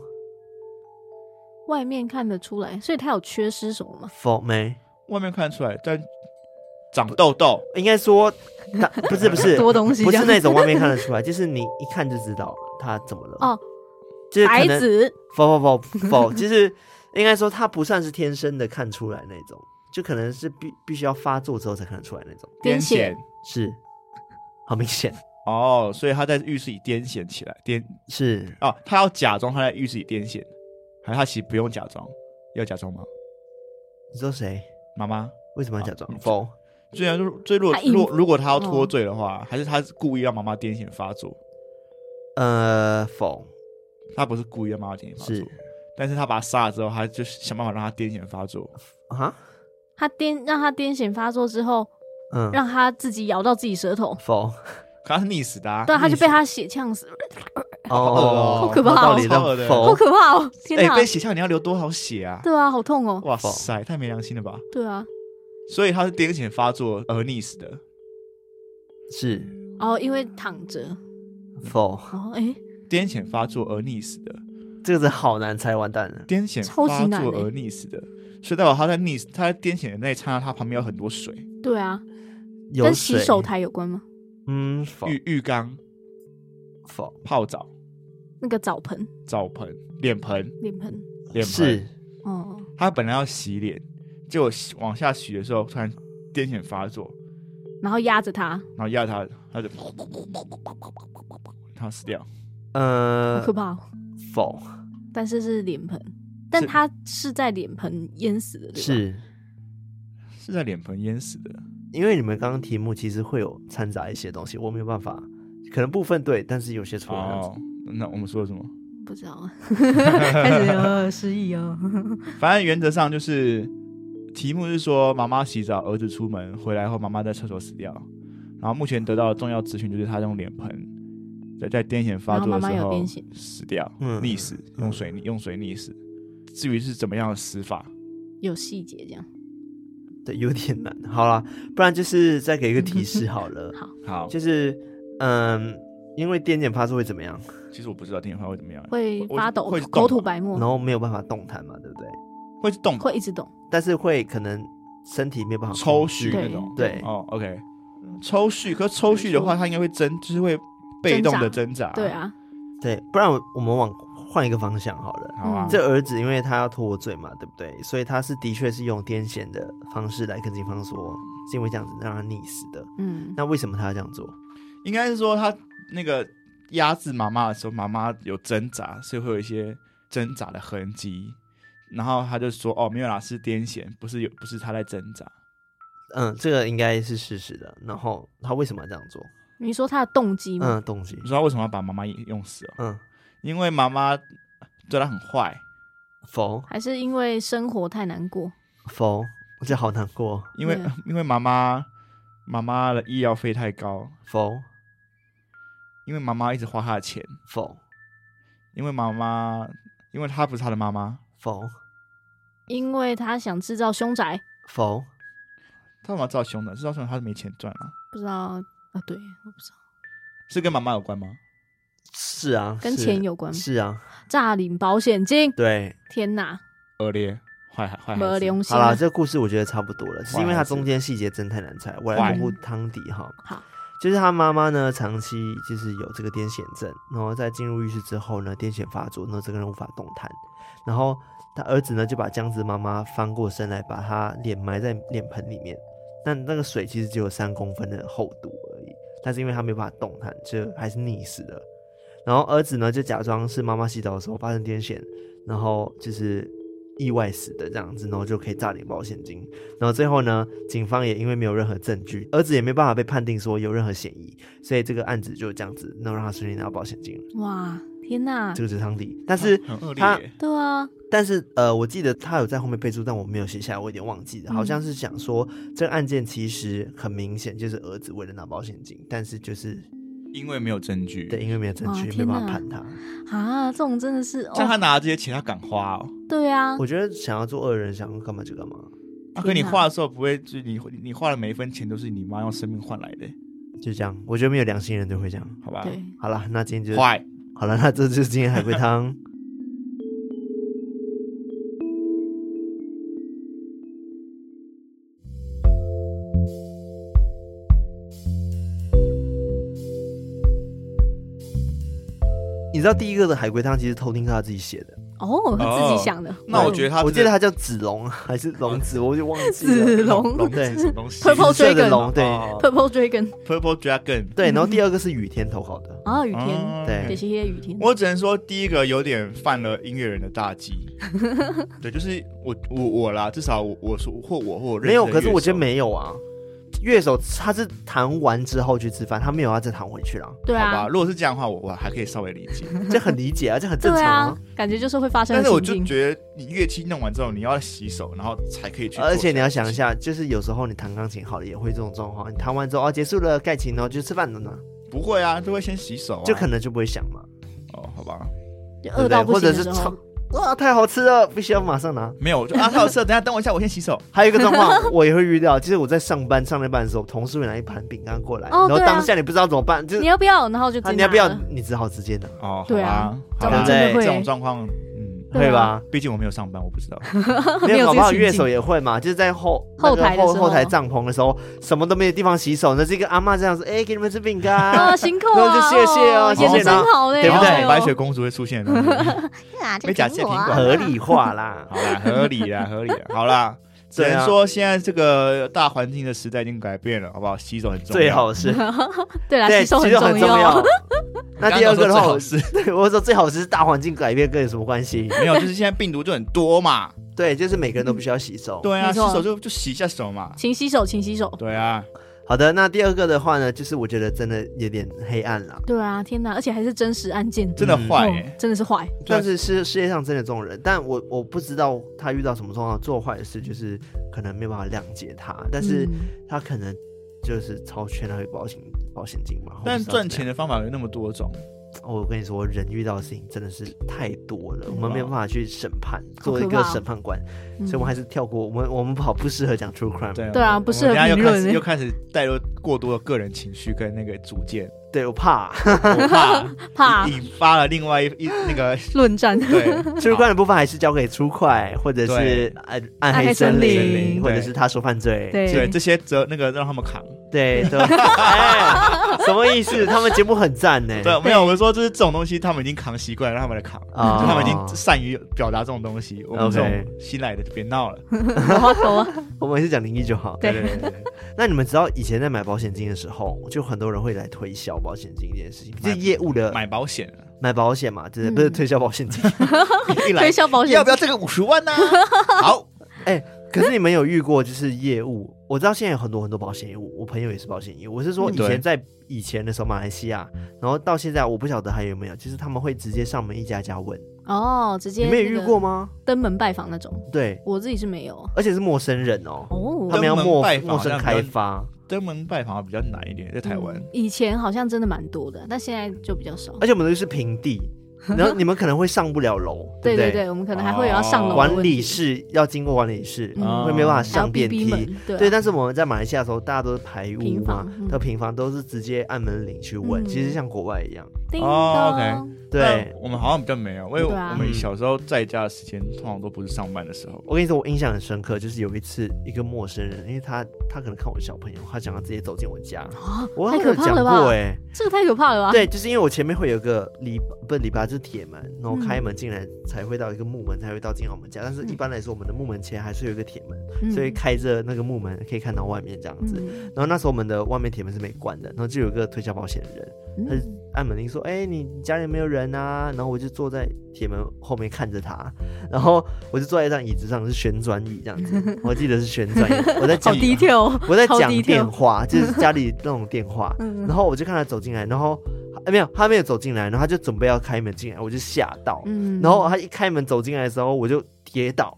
外面看得出来，所以它有缺失什么吗？
否没？
外面看得出来，但长痘痘，
应该说，它不是不是
多东西
不
这
是
样
那种外面看得出来，就是你一看就知道他怎么了。
哦，
就是可
白
能
子
否否否否，就是应该说他不算是天生的看出来那种，就可能是必必须要发作之后才看得出来那种，
癫痫
痫
是好明显
哦，所以他在浴室里癫痫起来，癫
是
哦，他要假装他在浴室里癫痫，还是他其实不用假装，要假装吗？
你说谁？
妈妈，
为什么要假装
啊？
否
虽然说，最如果
他应
如果如果他要脱
哦
罪的话，还是他是故意让妈妈癫痫发作，
呃否
他不是故意让妈妈癫痫发
是
作，但是他把他杀了之后，他就是想办法让他癫痫发作，
啊
他癫让他癫痫发作之后，
嗯
让他自己咬到自己舌头，
否
可他是溺死
嗯
的、啊，
对啊，他就被他血呛死了，
哦，
好
可怕
有
哦
道理
超恶
的
的
好
否
可怕哦！天
哎、
哪
被，血呛你要流多少血啊？
对啊，好痛哦，
哇塞，太没良心了吧！
对啊，
所以他是癫痫发作而溺死的，
是
哦，因为躺着，
否，
哦，哎，
癫痫发作而溺死的，
这个是好难猜，完蛋了。
癫痫
超级
发
难
作
欸
而溺死的，所以代表他在溺死，他在癫痫的那一刹那，他旁边有很多水，
对啊，
有
跟洗
水
手台有关吗？
嗯否
浴浴缸、
否
泡澡、
那个澡盆、
澡盆、脸盆、
脸盆，
脸盆。
是
哦，
他本来要洗脸，结果洗往下洗的时候突然癫痫发作，
然后压着他，
然后压他，他就他死掉。
好
呃
可怕哦！
否
但是是脸盆，但他是在脸盆淹死的，对吧？
是
是在脸盆淹死的，
因为你们刚刚题目其实会有掺杂一些东西，我没有办法，可能部分对，但是有些错这样子。
哦，那我们说了什么？
不知道 啊，开始呃失忆哦。
反正原则上就是题目是说妈妈洗澡，儿子出门回来后，妈妈在厕所死掉。然后目前得到的重要资讯就是他用脸盆在在癫痫发作
然后妈妈
的时
有
候
癫痫
死掉，
嗯
溺死，
嗯
用水溺用水溺死。至于是怎么样的死法，
有细节这样。
对，有点难。好啦，不然就是再给一个提示好了
，好，
好，
就是嗯，因为癫痫发作会怎么样？
其实我不知道癫痫发会怎么样，
会
我
发抖
会，
口
动
吐
吧
白沫
然，后没有办法动弹嘛，对不对？
会是动
会一直动。
但是会可能身体没有办法
抽
控制
搐那种。
对
哦，OK，抽搐，可是抽搐的话，他应该会挣，就是会被动的挣扎。
对，啊，
对，不然我我们往换一个方向好了。
好啊
嗯，
这儿子因为他要脱罪嘛，对不对？所以他是的确是用癫痫的方式来跟警方说，是因为这样子让他溺死的。
嗯，
那为什么他要这样做？
应该是说他那个压制妈妈的时候，妈妈有挣扎，所以会有一些挣扎的痕迹。然后他就说：“哦，没有啦，是癫痫，不是有，不是他在挣扎。
嗯，这个应该是事实的。然后他为什么要这样做？
你说他的动机吗？
嗯，动机
你。知道为什么要把妈妈用死哦？
嗯，
因为妈妈对他很坏，
否
还是因为生活太难过？
否，我觉得好难过。
因为、
对
因为妈妈妈妈的医药费太高，
否
因为妈妈一直花他的钱，
否
因为妈妈因为他不是他的妈妈，
否
因为他想制造凶宅？
否
他干嘛知道凶的？知道凶的他是没钱赚啊，
不知道啊，对，我不知道，
是跟妈妈有关吗？
是啊，
跟
是
钱有关吗？
是啊，
诈领保险金？
对。
天哪，
恶劣，坏孩坏孩
没
子，
良心
好
啊！
啦，这个故事我觉得差不多了，只是因为它中间细节真太难猜，我来
坏
公布汤底哈。
好，
就是他妈妈呢，长期就是有这个癫痫症，然后在进入浴室之后呢，癫痫发作，那这个人无法动弹，然后他儿子呢就把姜子妈妈翻过身来，把她脸埋在脸盆里面，但那个水其实只有三公分的厚度而已，但是因为他没办法动弹，就还是溺死了。然后儿子呢就假装是妈妈洗澡的时候发生癫痫，然后就是意外死的这样子，然后就可以诈领保险金。然后最后呢，警方也因为没有任何证据，儿子也没办法被判定说有任何嫌疑，所以这个案子就这样子，能让他顺利拿到保险金了。
哇，天哪
这！个就是汤底，但是。
嗯
很恶劣
他
耶，
对啊，
但是呃，我记得他有在后面备注，但我没有写下来，我有点忘记了。
嗯
好像是讲说这个案件其实很明显就是儿子为了拿保险金，但是就是
因为没有证据。
对，因为没有证
哇
据，没
天
办法
哪
判他。
啊，这种真的是，
像他
哦，
拿了这些钱，他敢花哦。
对啊，
我觉得想要做恶人，想要干嘛就干嘛，
啊，可你
天哪
花的时候不会，就是你你花的每一分钱都是你妈用生命换来的，
就这样。我觉得没有良心人就会这样。
好吧？
对，
好了，那今天就
坏，
好了，那这就是今天海龟汤。你知道第一个的海龟汤其实偷听是他自己写的，
哦，他自
哦
己想的，
那我觉得他
我记
真
得
的
他叫子龙啊还是龙子，我就忘记了。
子龙
龙对
是什么东西
紫
Purple
色的
Dragon
龙对
哦
Purple Dragon
Purple Dragon，
对，然后第二个是雨天投稿的，
啊，雨天，
哦
对
给谢谢雨天，
我只能说，第一个有点犯了音乐人的大 忌。对，就是我我我啦，至少我我说或我或我认识的
没有，可是我
乐手
觉得没有啊。乐手他是弹完之后去吃饭，他没有要再弹回去了。
对
好吧。
啊，
如果是这样的话，我我还可以稍微理解。
这很理解啊，这很正
对
常啊
啊。，感觉就是会发生
但
的
是我
情
就
境，
觉得你乐器弄完之后，你要洗手，然后才可以去做这件事情。
而且你要想一下，就是有时候你弹钢琴好了也会这种状况，你弹完之后啊结束了盖琴，然后就吃饭了呢，
不会啊，都会先洗手啊。
就可能就不会想嘛，
哦，好吧，
就
对不
饿
对？
到
或
不
者是
行的时候
操，哇太好吃了，必须要马上拿。
没有，我就啊，他有事，等一下等我一下，我先洗手。
还有一个状况我也会遇到，就是我在上班上那班的时候，同事会拿一盘饼干过来，
哦
然后
对啊
当下你不知道怎么办，就
你
是
要不要？然后就直
啊
接
你要不要
拿了？，
你只好直接拿，
哦，好
对
吧
啊，
好
这
吧
样，真的
会
这种状况，嗯，
对啊
会吧？
毕竟我没有上班，我不知道。
没
没
有，搞
有这个
不好
情
乐
境
手也会嘛，就是在后那
后
个
台的
后
时
后台
候
帐篷的时候，什么都没有地方洗手，那这个阿嬷这样说，哎、给你们吃饼干，
啊，辛苦
那
啊，
就谢谢哦
哦
谢
演
谢
的
啦
真好嘞，
对不对
哎呦
白雪公主会出现的东西，没啊假借苹果，
合理化啦。
好啦，合理啦，合理啦，好啦。只
对啊
能说现在这个大环境的时代已经改变了，好不好？洗手很 重要。
最好是，
对啦，
对，其
洗手很
实很
重要。。
刚
那
刚
第二个的话，
我
我
说最好是
对 我说最好是大环境改变跟有什么关系？
没有，就是现在病毒就很多嘛。
对，就是每个人都必须要洗手。
对啊，
没
洗
错
手就就洗一下手嘛。
勤洗手，勤洗手。
对啊，
好的，那第二个的话呢，就是我觉得真的有点黑暗啦。
对啊，天哪，而且还是真实案件，
真的坏耶、
哦真的是坏。
对啊
但是世世界上真的有这种人，但我我不知道他遇到什么状况做坏事，就是可能没有办法谅解他，但是
嗯
他可能就是超圈他会保险保险金嘛。
但赚钱
的，
的方法有那么多种，
我跟你说，人遇到的事情真的是太多了，我们
哇
没有办法去审判，
嗯好
做一
可
个
怕哦
审判官。
嗯
所以我们还是跳过，我们我们不好不适合讲 true crime。
对
对啊不适合
我们等一下又
评
开
论
始
欸
又开始带入过多的个人情绪跟那个主见，
对我怕
我 怕
怕
引引发了另外一一那 个
论战，
对
true crime 的部分还是交给粗快，或者
对
是暗暗
暗
黑
黑
森
森
林，
林
或者
对
是他说犯罪。
好对
对
这些责那个让他们扛。
对 对，哎，什么意思？他们节目很赞呢。
对，没有，我们说就是这种东西，他们已经扛习惯了，让他们来扛。
哦
啊
就他们已经善于表达这种东西，我们这
OK
种新来的就别闹了。
我懂啊。
我们是讲灵异就好。
对
对对对，
那你们知道以前在买保险金的时候，就很多人会来推销保险金这件事情，
买
是业务的
买保险啊，
买保险嘛，对不对
嗯
不是推销保险金。
一来
推销保险
要不要这个五十 万呢？好，
哎可是你们有遇过就是业务？我知道现在有很多很多保险业务，我朋友也是保险业务。我是说
嗯
以
对
前在以前的时候，马来西亚，然后到现在我不晓得还有没有，就是他们会直接上门一家一家问，
哦，直
你
接
们也
那
遇
个
过吗？
登门拜访那种，
对，
我自己是没有。
而且是陌生人哦，
哦，
他们要
登门
陌
拜访
陌生
好像比
开
较
发。
登门拜访比较
嗯
难一点，在台湾。
嗯以前好像真的蛮多的，但现在就比较少。
而且我们都是平地，然后你们可能会上不了楼，
对
不哦
对对，我们可能还会有要上楼的问
管理
题，
室要经过管理室，
嗯
会没办法
还要
上
逼
电
逼
梯。
门，对啊
对，但是我们在马来西亚的时候，大家都是排
平
屋嘛
房嗯，
到平房都是直接按门铃去问，
嗯
其实像国外一样。
叮
哦
咚，
对，
我们好像比较没有，因为
对啊
我们小时候在家的时间通常都不是上班的时候。
我跟你说，我印象很深刻，就是有一次一个陌生人，因为他他可能看我是小朋友，他想要直接走进我家，
啊
我好
太
像有
可怕
讲
了
过
吧！啊
哎、
这个太可怕了吧？
对，就是因为我前面会有个篱，不是篱笆，就是铁门，然后开门进来才会到一个木门，才会到进我们家。但是一般来说，我们的木门前还是有一个铁门，
嗯，
所以开着那个木门可以看到外面这样子。
嗯
然后那时候我们的外面铁门是没关的，然后就有一个推销保险的人，他就按门铃说：“哎、你家里有没有人啊？”然后我就坐在铁门后面看着他，然后我就坐在一张椅子上，是旋转椅这样 子，我记得是旋转椅，我在
好
讲
低调哦，
我在
好
讲
低
电
调，
话，就是家里那种电话，
嗯
然后我就看他走进来，然后、哎没有，他没有走进来，然后他就准备要开门进来，我就吓到，
嗯
然后他一开门走进来的时候，我就跌倒，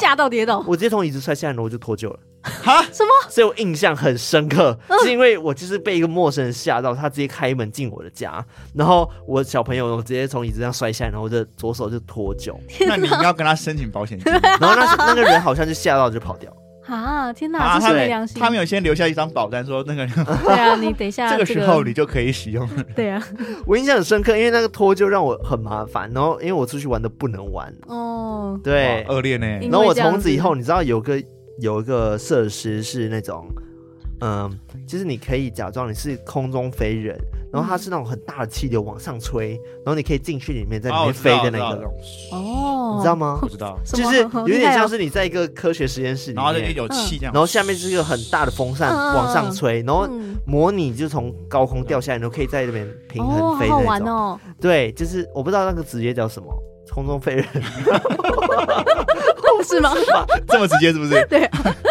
吓到跌倒，
我直接从椅子摔下来，然后我就脱臼了。
哈，
什么？嗯
所以我印象很深刻，是因为我就是被一个陌生人吓到，他直接开门进我的家，然后我小朋友我直接从椅子上摔下来，然后我的左手就脱 臼，
那你应该要跟他申请保险金。
然后那那个人好像就吓到就跑掉。
啊！天
啊
哪，这
他
是
们
没良心！
他们有先留下一张保单，说那个
对啊，你等一下
这个时候你就可以使 用。
对啊，
我印象很深刻，因为那个脱臼让我很麻烦，然后因为我出去玩都不能玩，
哦，
对，
哇恶劣呢。
因
然后
为
我
这样
从此以
子
后，你知道有个有一个设施是那种，嗯，就是你可以假装你是空中飞人，然
嗯
后它是那种很大的气流往上吹，然后你可以进去里面，在里
哦
面
我知
飞的
道
那
我
个，
知道
哦，
你知道吗
我？知道，
什
就
么
是有点像，
好厉害哦
是你在一个科学实验室里
然后就
面，
有气这样，
然后下面是一个很大的风扇往上吹，然后
嗯
模拟就从高空掉下来，然后可以在那边平
哦，
衡飞
好好
那
玩
种。
哦，
对，就是我不知道那个职业叫什么，空中飞人。
是吗？
嗯
这么直接是不是？
对，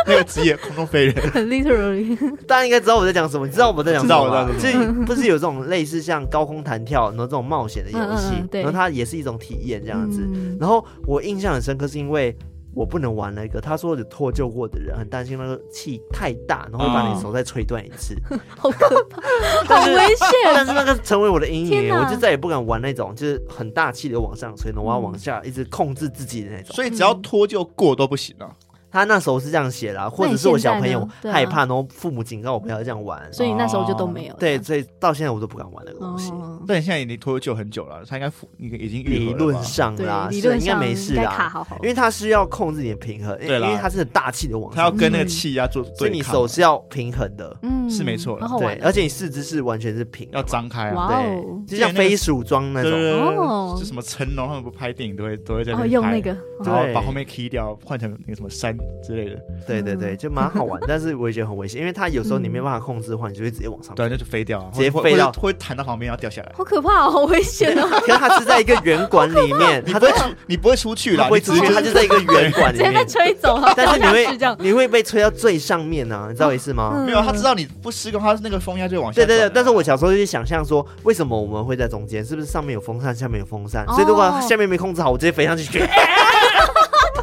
那个职业空中飞人，
很 literally，
大家应该知道我在讲什么，你知道我在讲什
知道
么
我
吧？
知道
就是不是有这种类似像高空弹跳，然后这种冒险的游戏
嗯，嗯嗯对嗯
然后它也是一种体验这
这
样子。然后我印象很深刻，是因为我不能玩那个，他说有脱臼过的人很担心那个气太大，然后会把你手再吹断一 次，
好可怕，
但
好
是
危
但
险，
是那个成为我的阴
天
影，
哪
我就再也不敢玩那种就是很大气流往上吹，然后我要往下一直控制自己的那种。
所以只要脱臼过都不行啊。
他那时候是这样写的啊，或者是我小朋友
那你现在呢啊
害怕，然后父母警告我不要这样玩。
所以那时候就都没有。
哦对，，嗯所以到现在我都不敢玩那个东西。
哦，
但你现在已经脱臼很久了，他应该复你已经愈合
理
了吧
论上
对
啦，，
理
是
论
应该
上
没事
应该卡
啦，
好好
因，为它是要控制你的平衡，因为
对
因
啦
为它是很大气的往
他要
上，
跟那个气压做
所以
对
你
抗，
手是要平衡的，
嗯
是没错啦
好好
对哎
玩，哦，
而且你四肢是完全是平的
要
嘛，
张开啊。
哇
对
哦，，
就像飞鼠装那
对对
种，
对对
哦
就什么成龙他们不拍电影都会都会在
哦，
边
用
拍
那个，
然后
对
把后面 key 掉，换成那个什么山之类的，
对对对，就蛮好玩，但是我也觉得很危险，因为它有时候
嗯
你没办法控制的话，你就会直接往上。
对，那就飞掉啊，
直接
或
飞到
或者会弹到旁边，然后掉下来。
好可怕哦，好危险哦，
可是它是在一个圆管里 面，
你
它
不会
在
出，你不会出去啦，
它不会
你只
出去，
是
它就在一个圆管
直
里
接被
面，
吹走了，
但是你
掉下 去这样
会你会被吹到最上面啊，你知道我意思吗？
嗯
没有，他知道你不施工，他那个风压就会往下
对
转的。
对对，但是我小时候就想象说，为什么我们会在中间？是不是上面有风扇，下面有风扇？
哦
所以如果下面没控制好，我直接飞上 去。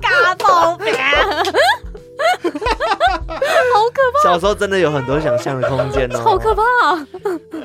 嘎爆别
小时候真的有很多想象的空间 哦，
好可怕啊！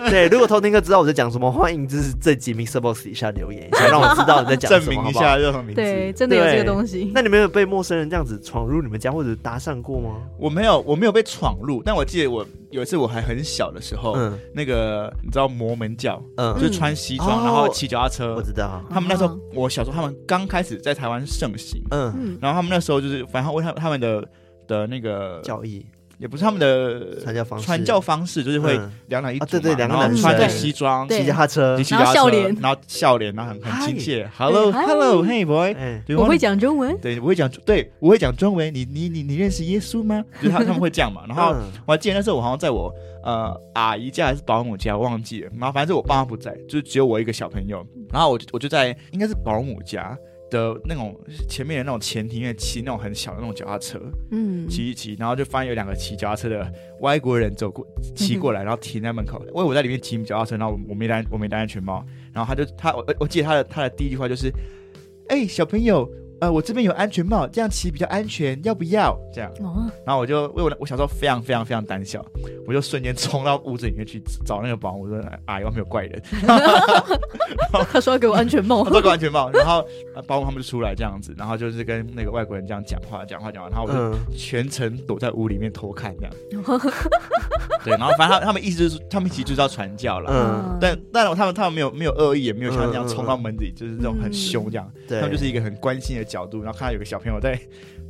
对，如果偷听课知道我在讲什么，欢迎就是这集 Mr. Box 底下留言，想让我知道你在讲什么，
证明一
好不好。
下这种名字。
对，真的有这
对
个东西。
那你们有被陌生人这样子闯入你们家或者搭讪过吗？
我没有，我没有被闯入，但我记得我有一次我还很小的时候，
嗯
那个你知道摩门教，
嗯，
就是穿西装、
哦
然后骑脚踏车
我，知道，
他们那时候
嗯
我小时候他们刚开始在台湾盛行，
嗯，
嗯，
然后他们那时候就是反正为他他们的的那个
教义
也不是他们的
传教方式，
传教方式，就是会
嗯
两男一组嘛、
啊对对两个
然后
男
穿着
生
西装，
对
骑脚踏车
骑，脚踏
然后笑
车
脸
然后笑脸，然后很很亲切
嗨
，Hello，Hello，Hey boy，
哎，
Do you
我
wanna
会讲中文，
对，我会讲，对我会讲中文。你你你你认识耶稣吗？就是他他们会这样 嘛。然后
嗯
我还记得那时候我好像在我呃阿姨家还是保姆家，我忘记了。然后反正是我爸妈不在，就是只有我一个小朋友。然后我就我就在应该是保姆家的那种前面的那种前庭院骑那种很小的那种脚踏车，
嗯，
骑一骑，然后就发现有两个骑脚踏车的外国人走过骑过来，然后停在门口。因为我在里面骑脚踏车，然后我我没戴我没戴安全帽，然后他就他我我记得他的他的第一句话就是：“哎、小朋友，呃，我这边有安全帽，这样骑比较安全，要不要？这样，
哦，
然后我就为我的我小时候非常非常非常胆小，我就瞬间冲到屋子里面去找那个保姆，我说哎阿姨外面有怪人，
他说要给我安全帽
我，戴个安全帽，然后呃保姆他们就出来这样子，然后就是跟那个外国人这样讲话，讲话讲话，然后我就
嗯，
全程躲在屋里面偷看这样， 对，然后反正他他们意思就是他们其实就是要传教 啦。
嗯
但但他们他们没有没有恶意，也没有像这
嗯嗯
样
嗯
冲到门里，就是这种很凶这样。
对，
他们就是一个很关心的角度，然后看到有个小朋友在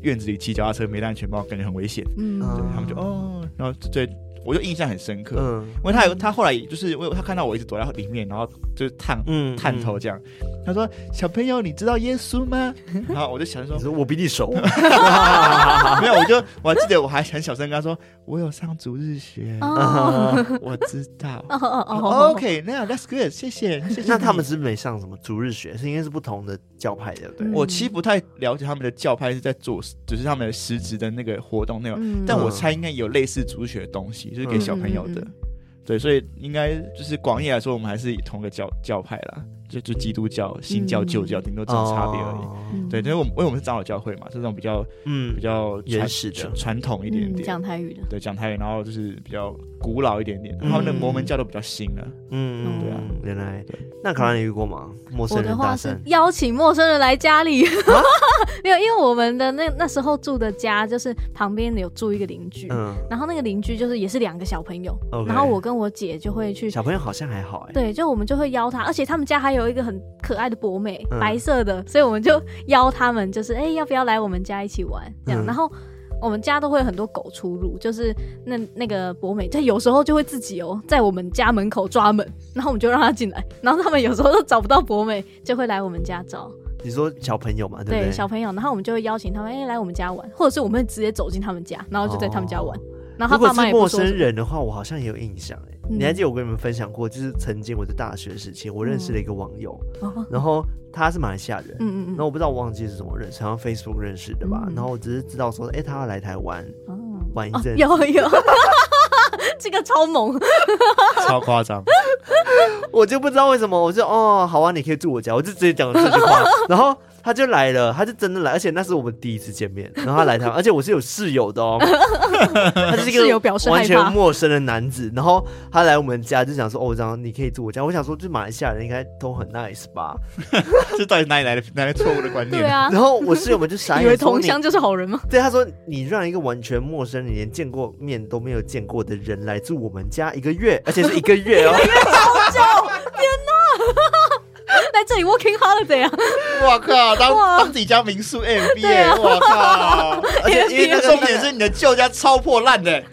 院子里骑脚踏车没戴安全帽，感觉很危险，
嗯
对
他们就哦，然后对我就印象很深刻，
嗯
因为他有他后来就是我有他看到我一直躲在里面，然后就是探
嗯
探头。这样，他说小朋友你知道耶稣吗？然后我就想说
你说我比你 熟，
没有，我就我还记得我还很小声跟他说我有上主日学，
嗯
哦
我知道。
哦哦哦
OK，那 That's good，谢谢谢谢你。
那他们是不是没上什么逐日学，是应该是不同的教派，对
嗯
不对？
我其实不太了解他们的教派是在做，就是他们的实质的那个活动内容，
嗯
但我猜应该有类似主学的东西，就是给小朋友的。
嗯嗯
对，所以应该就是广义来说，我们还是同个教教派啦，就就基督教、新教、
嗯
旧教，顶多只有
哦
差别而已。
嗯
对，因为我们因为我们是长老教会嘛，这种比较
嗯
比，较传
原始的
传传统一点
嗯，
点，
讲台语的，
对，讲台语，然后就是比较古老一点点，
嗯
然后那摩门教都比较新 了。
嗯，
对啊
原来
对
那考拉你遇过吗？陌生
我的
人啊
话
搭
是
讪，
邀请陌生人来家里， 没有，因为我们的那那时候住的家就是旁边有住一个邻居，
嗯，
然后那个邻居就是也是两个小朋友
OK
然后我跟我姐就会去。
小朋友好像还好哎，
对，就我们就会邀他，而且他们家还有一个很可爱的博美，
嗯
白色的，所以我们就邀他们，就是哎、要不要来我们家一起玩这样？
嗯
然后我们家都会有很多狗出入，就是那那个博美，它有时候就会自己哦，在我们家门口抓门，然后我们就让它进来，然后他们有时候都找不到博美，就会来我们家找。
你说小朋友嘛，对不
对
对？
小朋友，然后我们就会邀请他们，哎、来我们家玩，或者是我们会直接走进他们家，然后就在他们家玩。
哦
然后
如果
他爸妈
是
也不
陌
说
生
什么。
人的话，我好像也有印象哎。
嗯
你还记得我跟你们分享过，就是曾经我在大学时期，我认识了一个网友，
哦
然后他是马来西亚人，
嗯嗯
然后我不知道我忘记是怎么认识，好像 Facebook 认识的吧。
嗯
然后我只是知道说，哎，他要来台湾
嗯，
玩一
哦，
阵子，
有有， 这个超猛，
超夸张，
我就不知道为什么，我就哦，好啊，你可以住我家，我就直接讲了这句话，然后他就来了，他就真的来，而且那是我们第一次见面，然后他来台湾，而且我是有室友的哦，他就是一
室友表
个
示害怕
完全陌生的男子，然后他来我们家就想说，哦，这样你可以住我家，我想说，这马来西亚人应该都很 nice 吧，
这到底哪里来的哪来的错误的观念？
对啊，
然后我室友们就傻
以
眼，
为
说
同
你
乡就是好人吗？
对，他说你让一个完全陌生、你连见过面都没有见过的人来住我们家一个月，而且是一个月哦，
来这里 working holiday 啊，
我靠，当
哇
当自己家 民宿 M B
对
耶！
啊
我靠，
而且因为那个
重点是你的旧家超破烂的，欸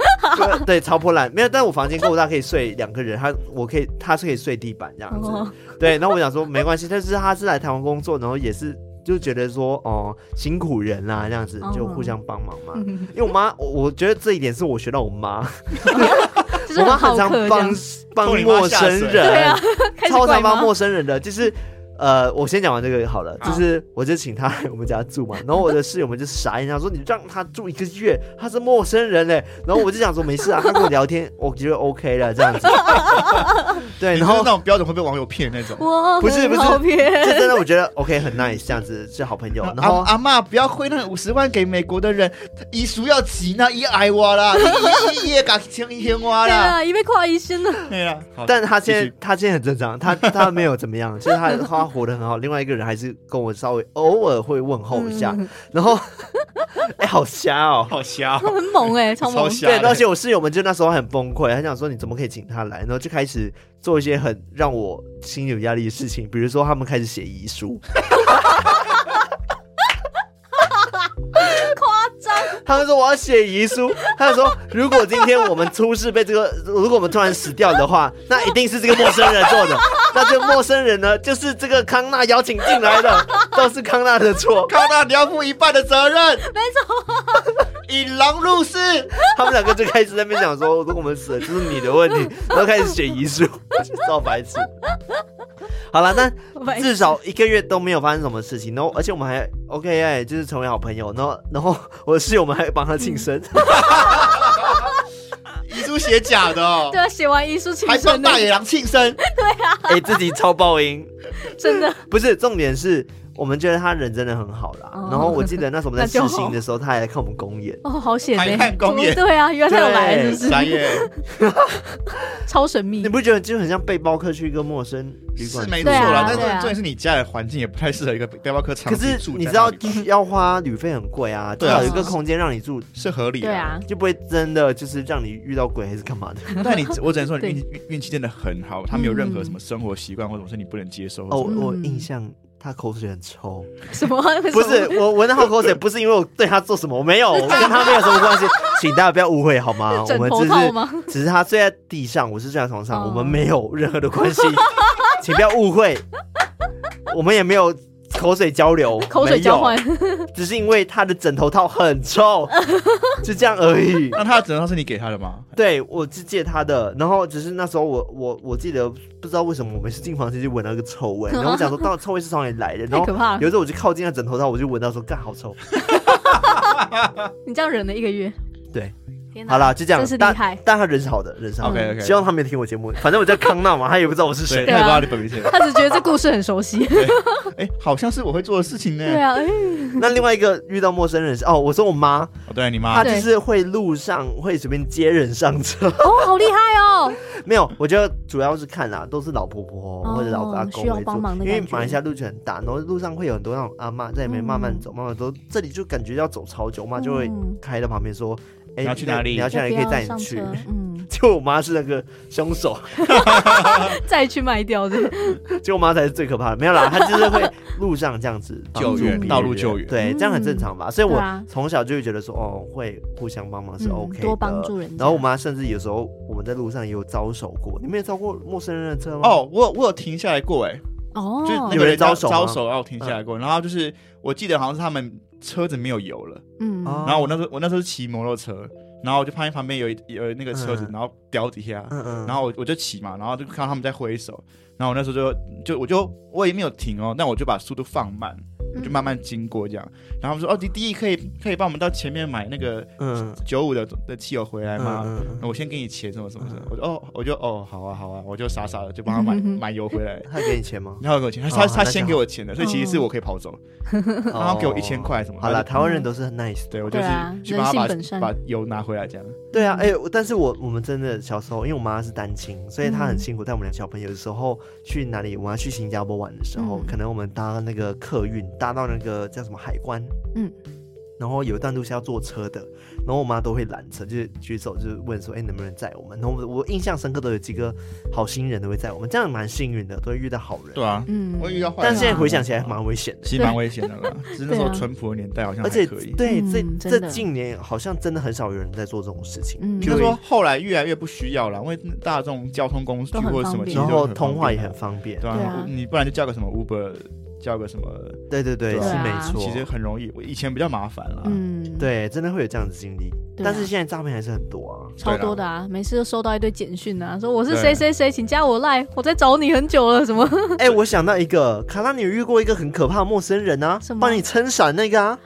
对 对，超破烂。没有，但我房间够大，可以睡两个人，他我可以，他是可以睡地板这样子。
哦
对，然后我想说没关系，但是他是来台湾工作，然后也是就觉得说哦、辛苦人啦、这样子
哦
就互相帮忙嘛。
嗯
因为我妈，我我觉得这一点是我学到我妈，
就是
我妈
好
很常
客这
帮
样，
帮
拖你妈
陌
下
生
水
对
人
啊， 开始
超
怪
常帮
吗？
陌生人的，就是呃，我先讲完这个好了，就
好
是我就请他来我们家住嘛，然后我的室友们就傻眼，他说你让他住一个月，他是陌生人嘞，然后我就想说没事啊，他跟我聊天， 我觉得 OK 了这样子， 对，哎然
你就是
后
那。种标准会被网友骗的那种。
我
不是
很
不是
好
这
骗，
真的我觉得 OK 很 nice 这样子是好朋友，然后
阿阿妈不要汇那五十万给美国的人，遗书要急那一爱我啦，一一也敢听一听我
对
啦，
啊，一被夸一身了，
对啦。好
但他现
继
在
续
他现在很正常，他他没有怎么 样，就是他他活得很好。另外一个人还是跟我稍微偶尔会问候一
嗯
下，然后 哎、好瞎哦，
好瞎哦，
很猛哎，超猛
超，瞎
对，
的
而。且我室友们就那时候很崩溃，很想说你怎么可以请他来，然后就开始做一些很让我心有压力的事情，比如说他们开始写遗书，
夸张，
他们说我要写遗书，他们说如果今天我们出事被这个，如果我们突然死掉的话，那一定是这个陌生人做的，那这个陌生人呢，就是这个康纳邀请进来的，都是康纳的错，
康纳，你要负一半的责任，
没错，
引狼 入室。
他们两个就开始在那边讲说，如果我们死了，就是你的问 题，然后开始写遗书，造白痴。好了，那
白
至少一个月都没有发生什么事情，然后而且我们还 OK 哎、就是成为好朋友，然后然后我的室友们还帮他庆 生，
哦
遗书写假的哦
对，啊，写完遗书庆
还帮
生的
大，野狼庆生，
哎、自己超爆音，
真的，
不是重点是我们觉得他人真的很好啦。
哦
然后我记得那时候我们在
那就
试
好
行的时候，他还来看我们公演。
哦，好险
还
呢！
看公演
哦对啊，原来他有来，
对
是不 是？
三月
超神秘
你。不觉得就很像背包客去一个陌生旅
是
馆？
没错
对啊
啦，但是
对啊
重点是你家的环境也不太适合一个背包客长
可
期
是
住
你
在
知
那
道
里吧，
要花旅费很贵啊，至
对啊
少有一个空间让你住，
是合理的。
对啊，
就不会真的就是让你遇到鬼还是干 嘛的。
啊 但你我只能说你
对
运运运气真的很好，他没有任何什么生活习惯或者是你不能接受
嗯哦，
或者什么。
我我
嗯
印象他口水很 臭，
什么？
不
什
是
么
我闻到他口水，不是因为我对他做什么，我 没有，我跟他没有什么关系， 请大家不要误会好吗？我
枕
们
头
只
套
是
吗？
只是他睡在地上，我是睡在床上，
哦
我们没有任何的关系， 请不要误会，我们也没有。口水交流，
口水交换
没，有，只是因为他的枕头套很 臭，就这样而已。
那他的枕头套是你给他的吗？
对，我是借他的，然后只是那时候我我我记得不知道为什么我每次进房间就闻到一个臭味，然后我想 说到底臭味是从哪里来的，然
太
后
可怕了！
有时候我就靠近他枕头套，我就闻到说干好臭。
你这样忍了一个月。
对
天哪，
好啦，就这样
真是，厉
但
害
但他人是好的，人是好的。
OK，OK
希望他没有听我节目，反正我叫康纳嘛，他也不知道我是啊谁。
对，他也不知道你本名是谁。
他只觉得这故事很熟 悉。
嗯
哎，好像是我会做的事情呢。
对啊，哎，
那另外一个遇到陌生人是哦，我说我妈，
哦，对你妈
她就是会路上会随便接人上车，
哦，好厉害哦！
没有，我觉得主要是看啊啦，都是老婆婆
哦
或者老阿公
需要
为主
帮忙，的
因为
感觉
马来西亚路就很大，然后路上会有很多那种阿妈在里面慢慢走，慢慢走，这里就感觉要走超久，我妈就会
嗯
开到旁边说：“哎，
你要去哪里
你要去哪里？可以带你去
要。不要上车” 嗯，
就我妈是那个凶手，
再去卖掉的。
结果我妈才是最可怕的。没有啦，她就是会路上这样子帮助
救援
别
道路
人
救援
对，
嗯
这样很正常吧？所以我
对啊
从小就会觉得说，哦，会互相帮 忙是
嗯
OK 的，
多帮助人家
然后我妈甚至有时候我们在路上也有招手过，你们有招过陌生人的车吗？，
哦，我有我有停下来过哎，
哦，
就是那
有
个
人
人
招
招
手吗嗯
招手，然后我停下来过，然后就是我记得好像是他们车子没有油了，
嗯，
哦
然后我那时候我那时候是骑摩托车，然后我就发现旁边有一有那个车子，
嗯
然后掉底下，
嗯嗯，
然后我我就骑嘛，然后就看到他们在挥手，然后我那时候就就我就我也没有停哦，但我就把速度放慢，我
嗯
就慢慢经过这样，然后他们说哦，你第一可以可以帮我们到前面买那个
嗯，
九五的的汽油回来吗？
嗯嗯嗯
我先给你钱什么什么什么，我就哦我就哦好啊好啊，我就傻傻的就帮他买
嗯
买油回来。？
他给你钱吗
然后给我钱，他
哦
他
那
他
就
先
好
给我钱的，所以其实
哦
是我可以跑走，然 后他给我
哦
一千。块什么的。
好了，
然后
台湾人都是很 nice 的。
就对我就
对啊
是去帮他
人性本善
把把油拿回来这样。
对啊，哎、我但是我我们真的小时候，因为我妈是单亲，所以她很辛苦。带我们两个小朋友有时候去哪里，我要去新加坡玩的时候，
嗯
可能我们搭那个客运，搭到那个叫什么海关，
嗯，
然后有一段路是要坐车的，然后我妈都会拦车，就是举手就是问说，哎、能不能载我们？然后我我印象深刻的有几个好心人都会载我们，这样蛮幸运的，都会遇到好人。
对啊，
嗯，
我也遇到坏人，
但现在回想起来蛮危险的。
其实蛮危险的 啦，只是那时
啊
候淳朴的年代好像
而
还
且
可以。
对这
嗯真
这
的
近年好像真的很少有人在做这种事情，
嗯
就是说后来越来越不需要了，因为大众交通工具
都很
或者什
方，
么
便
其
然
实都
后
很
通话也很
方啊
方便
便，对
对
啊
啊，
你不然就叫个什么 Uber，叫个什么，
对对对，
对
是
啊
没
其实
错，
很容易。我以前比较麻烦啦，
嗯，，
对，真的会有这样子经历，
对啊
但是现在诈骗还是很多啊。
超多的啊，每次都收到一堆简讯啊，说我是谁谁谁，请加我赖，我在找你很久了，什么？
哎，我想到一个，卡拉，你有遇过一个很可怕的陌生人啊
什，么
帮你撑伞那个啊，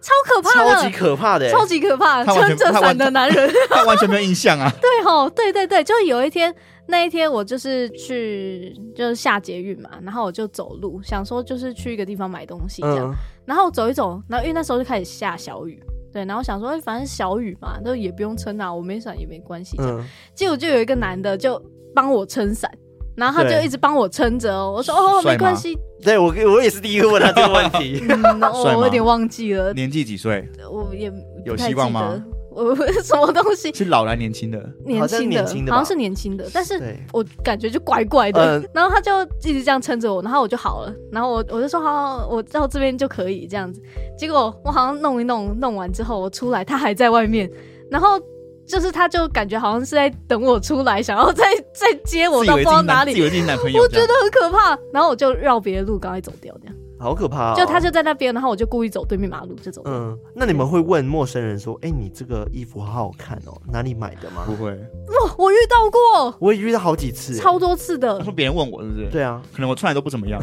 超可怕的，
超级可怕的，欸
超级可怕，
他完全
撑着
他完
伞的男人。
他完全没有印象啊。
对吼，对对对，就有一天那一天我就是去就是下捷运嘛，然后我就走路，想说就是去一个地方买东西这样，
嗯，
然后走一走，然后因为那时候就开始下小雨。对，然后想说，哎，反正小雨嘛，就也不用撑啊，我没伞也没关系。这样
嗯，
结果就有一个男的就帮我撑伞，然后他就
对
一直帮我撑着哦。我说哦，
帅吗
没关系，
对我我也是第一个问他这个问题，
嗯，
帅
哦
吗
我有点忘记了，
年纪几岁？
我也
有
不太
希望
记得
吗？
我 什么东西？
是老来年轻的，
年
好像
轻
年
的，
轻的
好像
吧
是年轻的，但 是
对，
我感觉就怪怪的，
嗯
然后他就一直这样撑着我，然后我就好了，然后我我就说好好，好我到这边就可以这样子。结果我好像弄一弄，弄完之后我出来，他还在外面，然后就是他就感觉好像是在等我出来，想要再再接我
自以
到不
为
知
自
道
己
哪
男，自以
里，
为自己男朋友
我
这
觉
样。
得很可怕。然后我就绕别的路，赶快走掉，这样。
好可怕哦，
就他就在那边，然后我就故意走对面马路就走掉。
嗯，那你们会问陌生人说，哎，你这个衣服好好看哦，哪里买的吗
不？会，
哇，我遇到过
我也遇到好几次，
超多次 的
他，说别人问我是不是？
对啊，
可能我穿的都不 怎么样。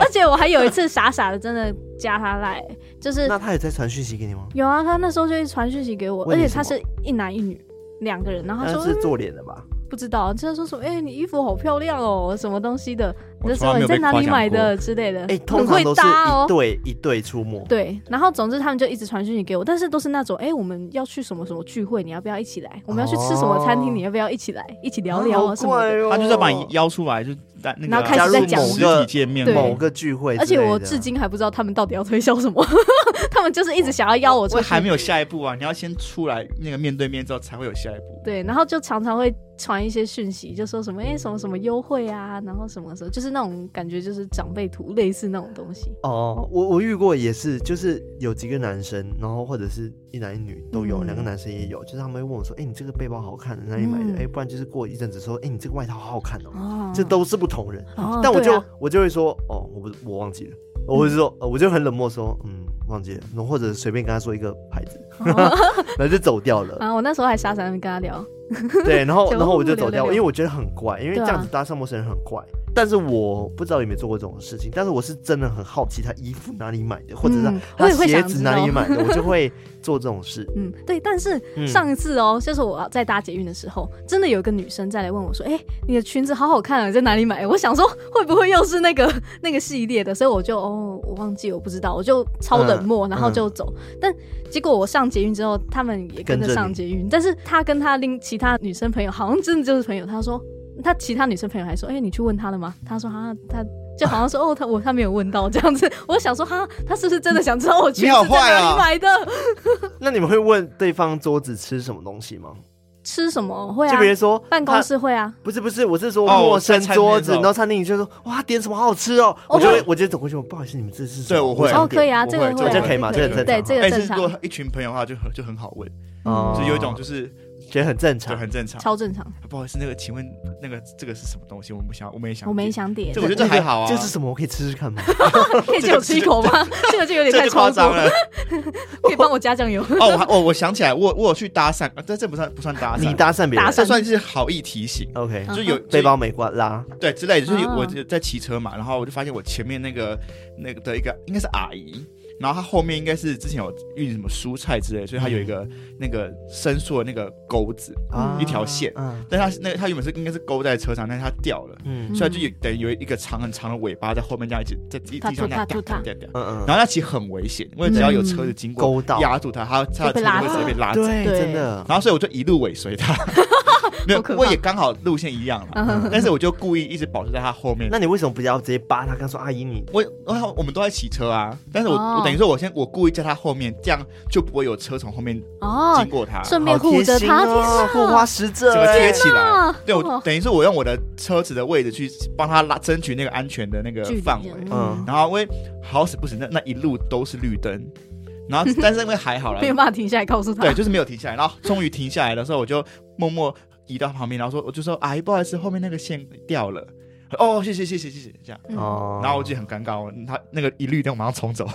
而且我还有一次傻傻的真的加他赖，就是
那他也在传讯息给你吗？
有啊，他那时候就一直传讯息给我，而
问你
且
什
他
么
是一男一女两
呃
个人，然后他
那
说、哎嗯
是做脸的吧？
不知道，他说什么，哎、你衣服好漂亮哦，什么东西的，
我
就
从来没
说你
有被
在
夸
哪
奖
里买
过？
的之类的，
哎，通
很
常
会
都是
搭
一
哦。
对一对出没，
对，然后总之他们就一直传讯息给我，但是都是那种，哎、我们要去什么什么聚会，你要不要一起来？我们要去吃什么餐厅，
哦
你要不要一起来？一起聊聊啊什
哦
么的。
他就是要把你邀出来，就在那
然
个
后开始在讲
实体见面
对
嘛，
某个聚会之
而
类的，
且我至今还不知道他们到底要推销什么， 他们就是一直想要邀我出
我
去
还。没有下一步啊！你要先出来那个面对面之后，才会有下一步。
对，然后就常常会传一些讯息，就说什么哎、什么什么优惠啊，然后什么什么，就是那种感觉，就是长辈图类似那种东西。
哦，我我遇过也是，就是有几个男生，然后或者是一男一女都有，
嗯
两个男生也有，就是他们会问我说：“哎、你这个背包好看，哪里买的？”
嗯
哎、不然就是过一阵子说：“哎、你这个外套好好看哦。
哦
这都是不同人，
哦
但我
对
就、
啊嗯
我就会说：“哦，我不我忘记了。”我就说，呃我就很冷漠说，嗯，忘记了，然后或者随便跟他说一个牌 子，
哦
然后就走掉了。
啊，我那时候还傻傻的跟他聊，
对，然后
怎么
然后我就
会无聊
走掉，
的
因为
聊
我觉得很怪，因为这
对啊
样子搭上陌生人很怪。但是我不知道有没有做过这种事情，但是我是真的很好奇他衣服哪里买的，或者是
嗯
他
我也会
鞋
想
子
知
哪里
道
买的，我就会做这种事。
嗯，对，但是
嗯
上一次哦，就是我在搭捷运的时候，真的有一个女生再来问我说：“哎、你的裙子好好看啊，你在哪里买？”我想说会不会又是那个 那个系列的，所以我就哦，我忘记，我不知道，我就超冷漠，
嗯
然后就走。但结果我上捷运之后，他们也
跟
跟着
着
上
你
捷运，但是他跟他另其他女生朋友好像真的就是朋友，他说他其他女生朋友还说：“哎、你去问他了吗？”他说：“啊，他。”就好像说哦，他我他没有问到这样子，我想说哈，他是不是真的想知道我裙
你
子
好
在
坏
哪
啊
里买的？
那你们会问对方桌子吃什么东西吗？
吃什么会
就
啊
比？如说
办公
他。
室会啊，
不是不是，我是说
哦
陌生
在餐厅
桌
的
子，
时候
然后餐厅你就说哇点什么好好吃哦，
哦
我就
会
会我就走过去，不好意思，你们这是什么
对我会
哦，
想点
可以啊，
我
这个
会
会啊
这
可以吗这个正常
对，这个正
但哎是如
常嗯
果，一群朋友的话，就很就很好问，
哦
就有一种就是
觉得很正常
就。很正常。
超正常。
不好意思，那个请问那个这个是什么东西？我们想我们也想
我没
点
想点
这，我觉得这还好啊，
这是什么？我可以吃吃看吗？
可以借我吃一口 吗？这个就有点
这
太
就夸
超
张
过，
了。
可以帮我加酱油。
哦，我还哦，我想起来，我我有去搭讪，啊但这不算不算搭
你
讪，
搭讪别人
搭
这
讪
算是好意提醒，
，OK，
嗯
就是有
背包没挂拉，
对之类的，就是有
啊
我就在骑车嘛，然后我就发现我前面那个那个的一个应该是阿姨，然后她后面应该是之前有运什么蔬菜之类的，所以
嗯
她有一个那个伸缩的那个钩子，
啊
一条线，
嗯
但她那个她原本是应该是勾在车上，但是她掉了。
嗯
所以它就有等于有一个长很长的尾巴在后面这样一直在地地上这样
突突
哒
突
哒
突
哒哒，
嗯
然后它其实很危险，因为只要有车子经过
勾到
压住它，它
嗯就
它的车
被
子
拉
会直接被拉
嗯，
走。
对，
对
真的，
然后所以我就一路尾 随他，没有
好，可怕
我也刚好路线一样
嗯
了，但是我就故意一直保持在他后面。
那你为什么不要直接扒他？刚说阿姨你
我我我们都在骑车啊，但是我、
哦
我等于说我先我故意在他后面，这样就不会有车从后面
哦
经，过他，
顺便
好
护
贴
着
心
他，
哦，护花使者
整个
哎
贴起来。
啊，
对，我
哦
等于是我用我的车子的位置去帮他拉争取那个安全的那个
距离
范围。
嗯
嗯，
然后因为好死不死那那一路都是绿灯，然后但是因为还好啦
没，有办法停下来 告诉他。
对，就是没有停下来。然后终于停下来的时候，我就默默移到旁边，然后说我就说阿姨，不好意思，后面那个线掉了。哦，谢谢谢谢谢谢，这样。
嗯
哦
然后我就很尴尬，我他那个一绿灯我马上冲走。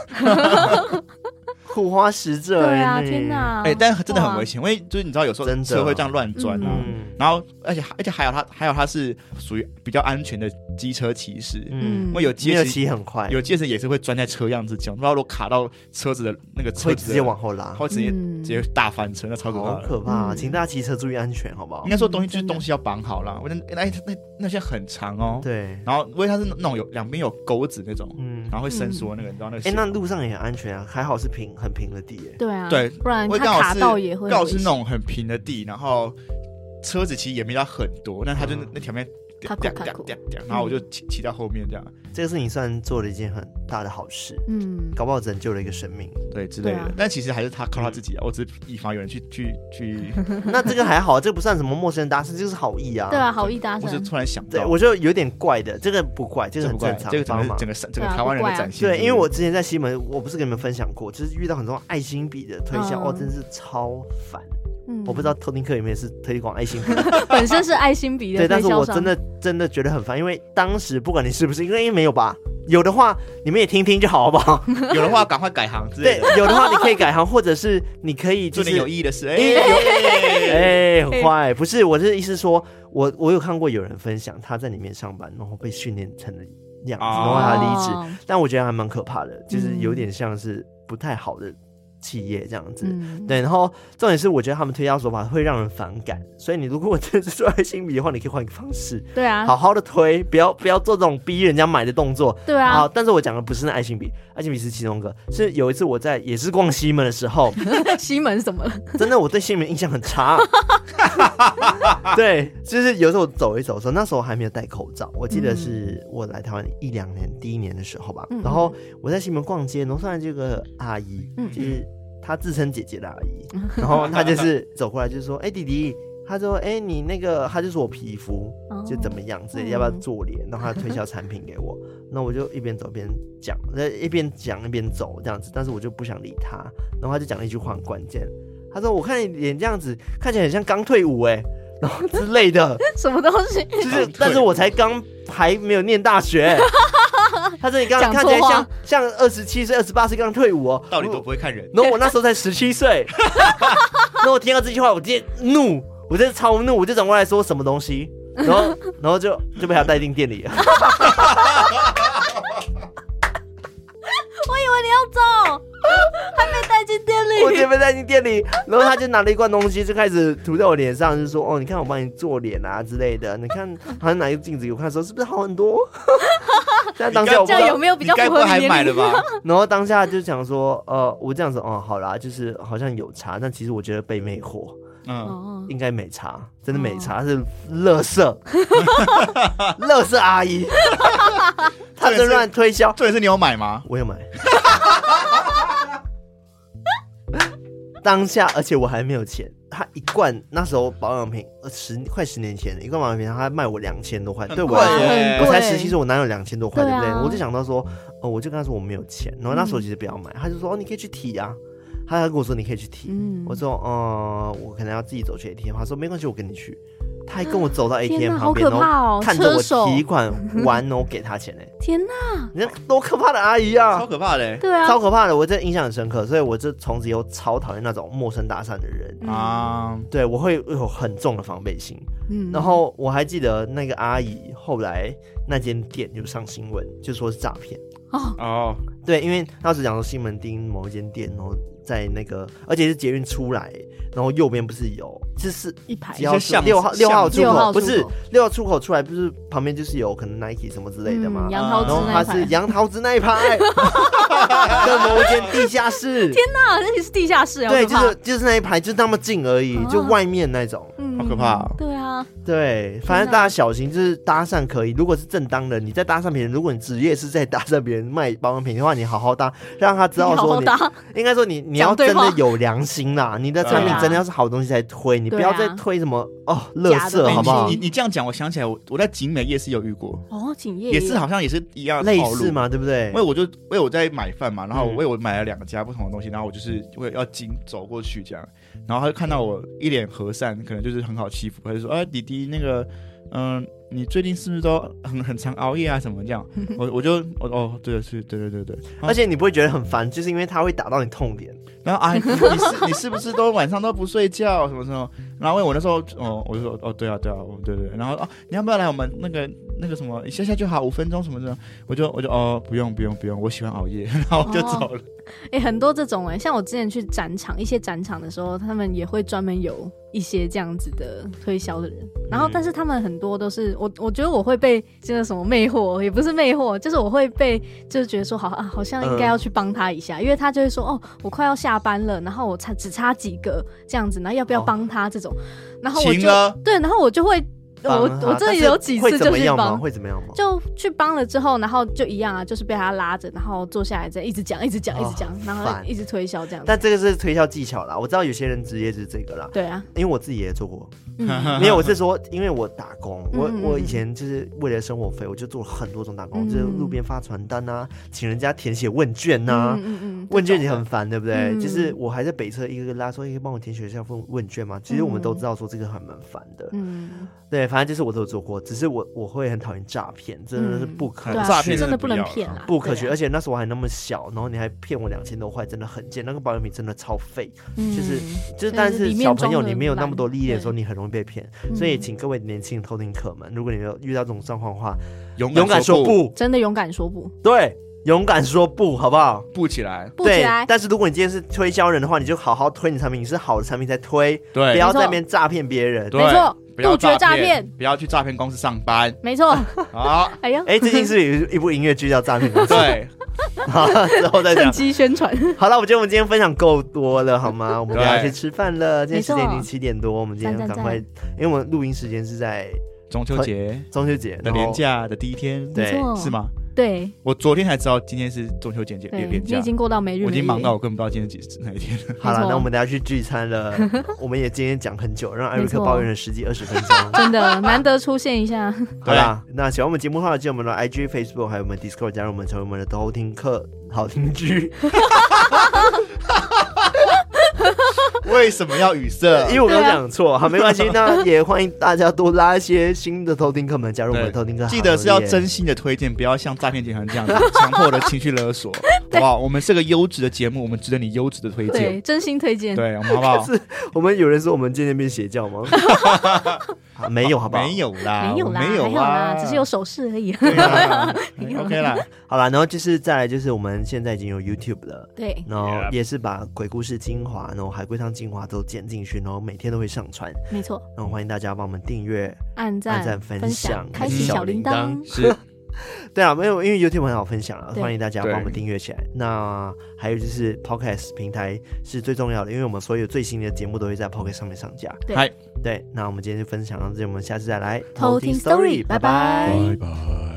护花使者，
对啊，
哎
天！哪！
哎，但真的
哇
很危险，因为就是你知道有时
真
候
的
车会这样乱转啊。
嗯
然后而且而且还有他还有他是属于比较安全的机车骑士，
嗯
嗯
因为有
你
街
的
骑
骑很快，
有街士也是会钻在车样子角，不知道如果卡到车子的那个车
会
子的
直接往，后拉
他，会直接
嗯
直接大翻车，那超可怕
好
的。
可怕！啊
嗯
请大家骑车注意安全，好不好
应？该说东西就是
真的
东西要绑好啦。我那那那那些很长哦，
对，
然后因为它是那种有两边有钩子那种，
嗯
然，后会伸缩那个，你知道那个
哎，
线。
那路上也很安全啊，还好是平很平的地，哎，
对啊，
对
不然
我
他
刚好
卡
是
到也会
刚好
很
是
危
那
险。
种很平的地，然后车子其实也没到很多，那它就那
嗯
那条面
卡
掉
库卡
掉掉
库
掉掉，然后我就骑骑到后面这样，
这个是你算做了一件很大的好事，
嗯，
搞不好拯救了一个生 命。
对之类
对
的
啊。
但其实还是他靠他自己啊，我只是以防有人去去去，
那这个还好，这不算什么陌生人搭讪，这个是好意啊。
对啊，，好意搭
我是
讪，
突然想
对
到，
我就有点怪的，这个不怪，这个
这
很
不怪
正，常，
这个整
帮
个
忙。
整个整个
对啊
台湾人的
不怪啊
展现。
对，因为我之前在西门，我不是跟你们分享过，就是遇到很多爱心笔的推销，
嗯
哦，真是超烦。
嗯
我不知道偷听课有没有是推广爱心笔，
本身是爱心笔的
对，但
推
是
销
我
商
真的真的觉得很烦，因为当时不管你是不是，因为没有吧，有的话你们也听听就好，好不好？
有的话赶快改行之类
对
的，，
有的话你可以改行，或者是你可以就
做
是
点有意义的事。哎
因为
有
哎、很坏，不是我的意思是说，我我有看过有人分享他在里面上班，然后被训练成了样子，然
哦
后他离职，
嗯哦嗯
但我觉得还蛮可怕的，就是有点像是不太好的企业这样子。
嗯，
对，然后重点是，我觉得他们推销手法会让人反感，所以你如果真的是做爱心笔的话，你可以换一个方式，
对啊，
好好的推，不要不要做这种逼人家买的动作。
对啊
好，，但是我讲的不是那爱心笔，爱心笔是其中一个。是有一次我在也是逛西门的时 候，
西门什么了？
真的我对西门印象很差。对，就是有时候我走一走的时候，那时候还没有戴口罩，我记得是我来台湾一两年第一年的时候吧。
嗯
然后我在西门逛街，然后突然这个阿姨，
嗯
就是她自称姐姐的阿姨， 然后她就是走过来就说：“哎、弟弟。”她说：“哎、你那个，她就说我皮肤就怎么样之类，
嗯
要不要做脸？”然后她推销产品给我，那我就一边走一边讲，那一边讲一边走这样子，但是我就不想理她，然后她就讲了一句话很关键，她说：“我看你脸这样子，看起来很像刚退伍哎、然后之类的，
什么东西？
就是
刚，退
但是我才刚还没有念大学。欸 他说你刚刚
讲
看
错
起来
话
像像二十七岁、二十八岁刚退伍哦，
到底都不会看人。
然后我那时候才十七 岁，然后我听到这句话，我直接怒，我真的超怒，我就转过来说什么东西，然后然后就就被他带进店里了。
我以为你要走， 还没带进店
我直接
里。
被带进店里，然后他就拿了一罐东西，就开始涂在我脸上，就说：“哦，你看我帮你做脸啊之类的，你看好像拿一个镜子给我看，说是不是好很多？” 但当下我不知
这
道
样有没有比较
你该
符
不会
合
还
你
买
年
了
龄？
吧？
然后当下就想说，呃，我这样子，哦，好啦，就是好像有差，但其实我觉得被魅惑，
嗯，
哦，
应该没差，真的没差，是乐色， 乐色阿姨，她在乱推销，
重点是你有买吗？
我有买。 当下，而且我还没有钱，他一罐那时候保养品，呃，十快十年前了，一罐保养品他卖我两千多块，对我来
贵
说
耶
很
我
贵，
才十七岁，我哪有两千多块，对
对
不
啊
对？我就想到说，哦，我就跟他说我没有钱，然后那时候其实不要买，他就说哦，你可以去提啊，他还跟我说你可以去提，
嗯
我说哦、我可能要自己走去 ATM，他说没关系，我跟你去，他还跟我走到
天
ATM
哪
旁边，
好可怕
然后
哦
看着
车
我
手
提 款完，然后给他钱呢，欸
天哪，
你看多可怕的阿姨啊
超！可怕的欸，
对啊，
超可怕的，我真的印象很深刻，所以我就从此以后超讨厌那种陌生搭讪的人。
嗯
啊，
对我会有很重的防备心。
嗯
然后我还记得那个阿姨后来那间店就上新闻，就说是诈骗。
哦，
哦，
对，因为当时讲说西门町某一间店，然后在那个，而且是捷运出来，然后右边不是有，就是
一排
几号
一些巷子
六号六号
巷子
出
六号
口，不
出口
是六号出口出来，不是旁边就是有可能 Nike 什么之类的嘛啊
嗯。杨桃
然后
汁那
它
一
是
排。
杨桃子那一排，在某一间地下 室。
那那里是地下室，好
对，
可
就
怕
是就是那一排，就那么近而已，就
哦
外面那种。
嗯
好可怕哦
对啊，
对，反正
哪
大家小心，就是搭讪可以。如果是正当的，你在搭讪别人，如果你职业是在搭讪别人卖保养品的话，你好好搭，让他知
你
道
好
说
好
你
搭，
应该说你你要
讲对
真的
话
有良心啦，你的产品
对啊
真的要是好东西才推，你不
对
要
啊
再推什么哦乐
假的
色
东
哎
西
好不好
你？你你这样讲，我想起来，我我在景美夜市有遇过，
哦，景业
也是好像也是一样的
类
套路
似？嘛，对不对
因为？我就因为我在买饭嘛，然后
嗯
我以为我买了两家不同的东西，然后我就是我要经走过去这样，然后他就看到我一脸和善，可能就是很好欺负，他就说：“哎，弟弟，那个，嗯、你最近是不是都很很常熬夜啊？什么这样？”我我就我哦，对是，对对对对。
而且你不会觉得很烦，就是因为他会打到你痛点。
然后啊，你你是你是不是都晚上都不睡觉什么什么？然后因为我那时候哦，我就说哦，对啊对啊，哦对对。对然后哦，你要不要来我们那个那个什么一下下就好，五分钟什么的？我就我就哦，不用不用不用，我喜欢熬夜，然后我就走了。
哎、很多这种哎、像我之前去展场一些展场的时候，他们也会专门有一些这样子的推销的人。然后，
嗯
但是他们很多都是我，我觉得我会被这个什么魅惑，也不是魅惑，就是我会被就是觉得说好啊，好像应
嗯
该要去帮他一下，因为他就会说哦，我快要下班了，然后我差只差几个这样子，然后要不要
哦啊
帮他这种？然后我
行
就
了，
对，然后我就会我
帮他
我这
啊但
里
是
有几
会
次
怎
就
么
去
样吗？
帮，
会怎么样吗？
就去帮了之后，然后就一样啊，就是被他拉着，然后坐下来再一直讲，一直讲，
哦
一直讲，然后
烦
一直推销这样子。
但这个是推销技巧啦，我知道有些人职业就是这个啦，
对 啊，
因为我自己也做过，
嗯
没有，我是说，因为我打工，我
嗯嗯
我
嗯
以前就是为了生活费，我就做了很多种打工，就是
嗯
路边发传单啊，请人家填写问卷啊呐、
嗯嗯嗯，
问卷也很烦，对不对？
嗯
就是我还在北车一个一个拉说，哎可以帮我填写一下问问卷嘛。其实我们都知道说这个很蛮烦的，
嗯，
对，反正就是我都有做过，只是我我会很讨厌诈骗，真的是不可
对啊，
诈骗
真
真的
的
不
能
要
骗啦，
不可取，
对啊
而且那时候我还那么小，然后你还骗我两千多块，真的很贱。那个保养品真的超废，就是
嗯
就是
就是
但是
里面
小朋友
装得
你没有那么
烂
多历练的时候，
对嗯
你很容易被骗。所以请各位年轻人偷听客们，如果你有遇到这种状况的话，
勇
嗯勇敢说，不。
真的勇敢说不，
对，勇敢说不，好不好？
不起来，
不起来
对，，但是如果你今天是推销人的话，你就好好推你的产品，你是好的产品才推，不
对
要在那边诈骗别人。
对，
没错
不要
杜绝
诈
诈骗，
不要去诈骗公司上班。
没错。
好，
哎呀，
哎，最近是不是有一部音乐剧叫《诈骗公司》，
对，
好，之后再
趁
讲。
机宣传，
好了，我觉得我们今天分享够多了，好吗？我们要去吃饭了，今天
没
时
错
间已经七点多，我们今天
赞
赶
赞
快，因为我们录音时间是在
中秋节
中秋节
的年，假的第一天，
对
没错，
是？吗？
对
我昨天才知道今天是中秋节节
哦对，
连
你
假
已，经过到每日，
我已经
每
忙
夜
到我根本不知道今天是哪一天 了。
然后好
没
了，
错
那我们等下去聚餐 了。我们也今天讲很久，让艾瑞
没
克
错
抱怨了十几二十分 钟。
真的难得出现一 下，
好啦，那喜欢我们节目的话，记得我们的 IG、Facebook 还有我们 Discord 加入我们，成为我们的偷听客好听剧。
为什么要语塞？
因为我刚刚讲错，好，没关 系。那也欢迎大家多拉一些新的偷听客们加入我们的
对
偷听客行列。
记得是要真心的推荐，不要像诈骗集团这样子强迫的情绪勒索，好不好？我们是个优质的节目，我们值得你优质的推
对，
荐，
真心推荐，
对，我们好不好？
是 我们有人说我们渐渐变邪教吗？啊没有，好不好？
没。有啦，
没有
啊我
啦，
没有
还好啦，
啦，
只是有手势而已。
对啊
没 有
OK 啦，
好啦，然后就是再来就是我们现在已经有 YouTube 了。
对，
然后
Yeah
也是把鬼故事精华，然后海龟汤精华都剪进去，然后每天都会上传。
没错，
然后欢迎大家帮我们订阅。
按
按赞
赞、
分享
享、开
开
启
启小
小
铃
铃
铛
铛，
是
对啊，没有，因为 YouTube 很好分享啊，
对
欢迎大家
对
帮我们订阅起来。那还有就是 Podcast 平台是最重要的，因为我们所有最新的节目都会在 Podcast 上面上架。
对
嗨
对，那我们今天就分享到这里，我们下次再来
偷听 story，拜拜
拜。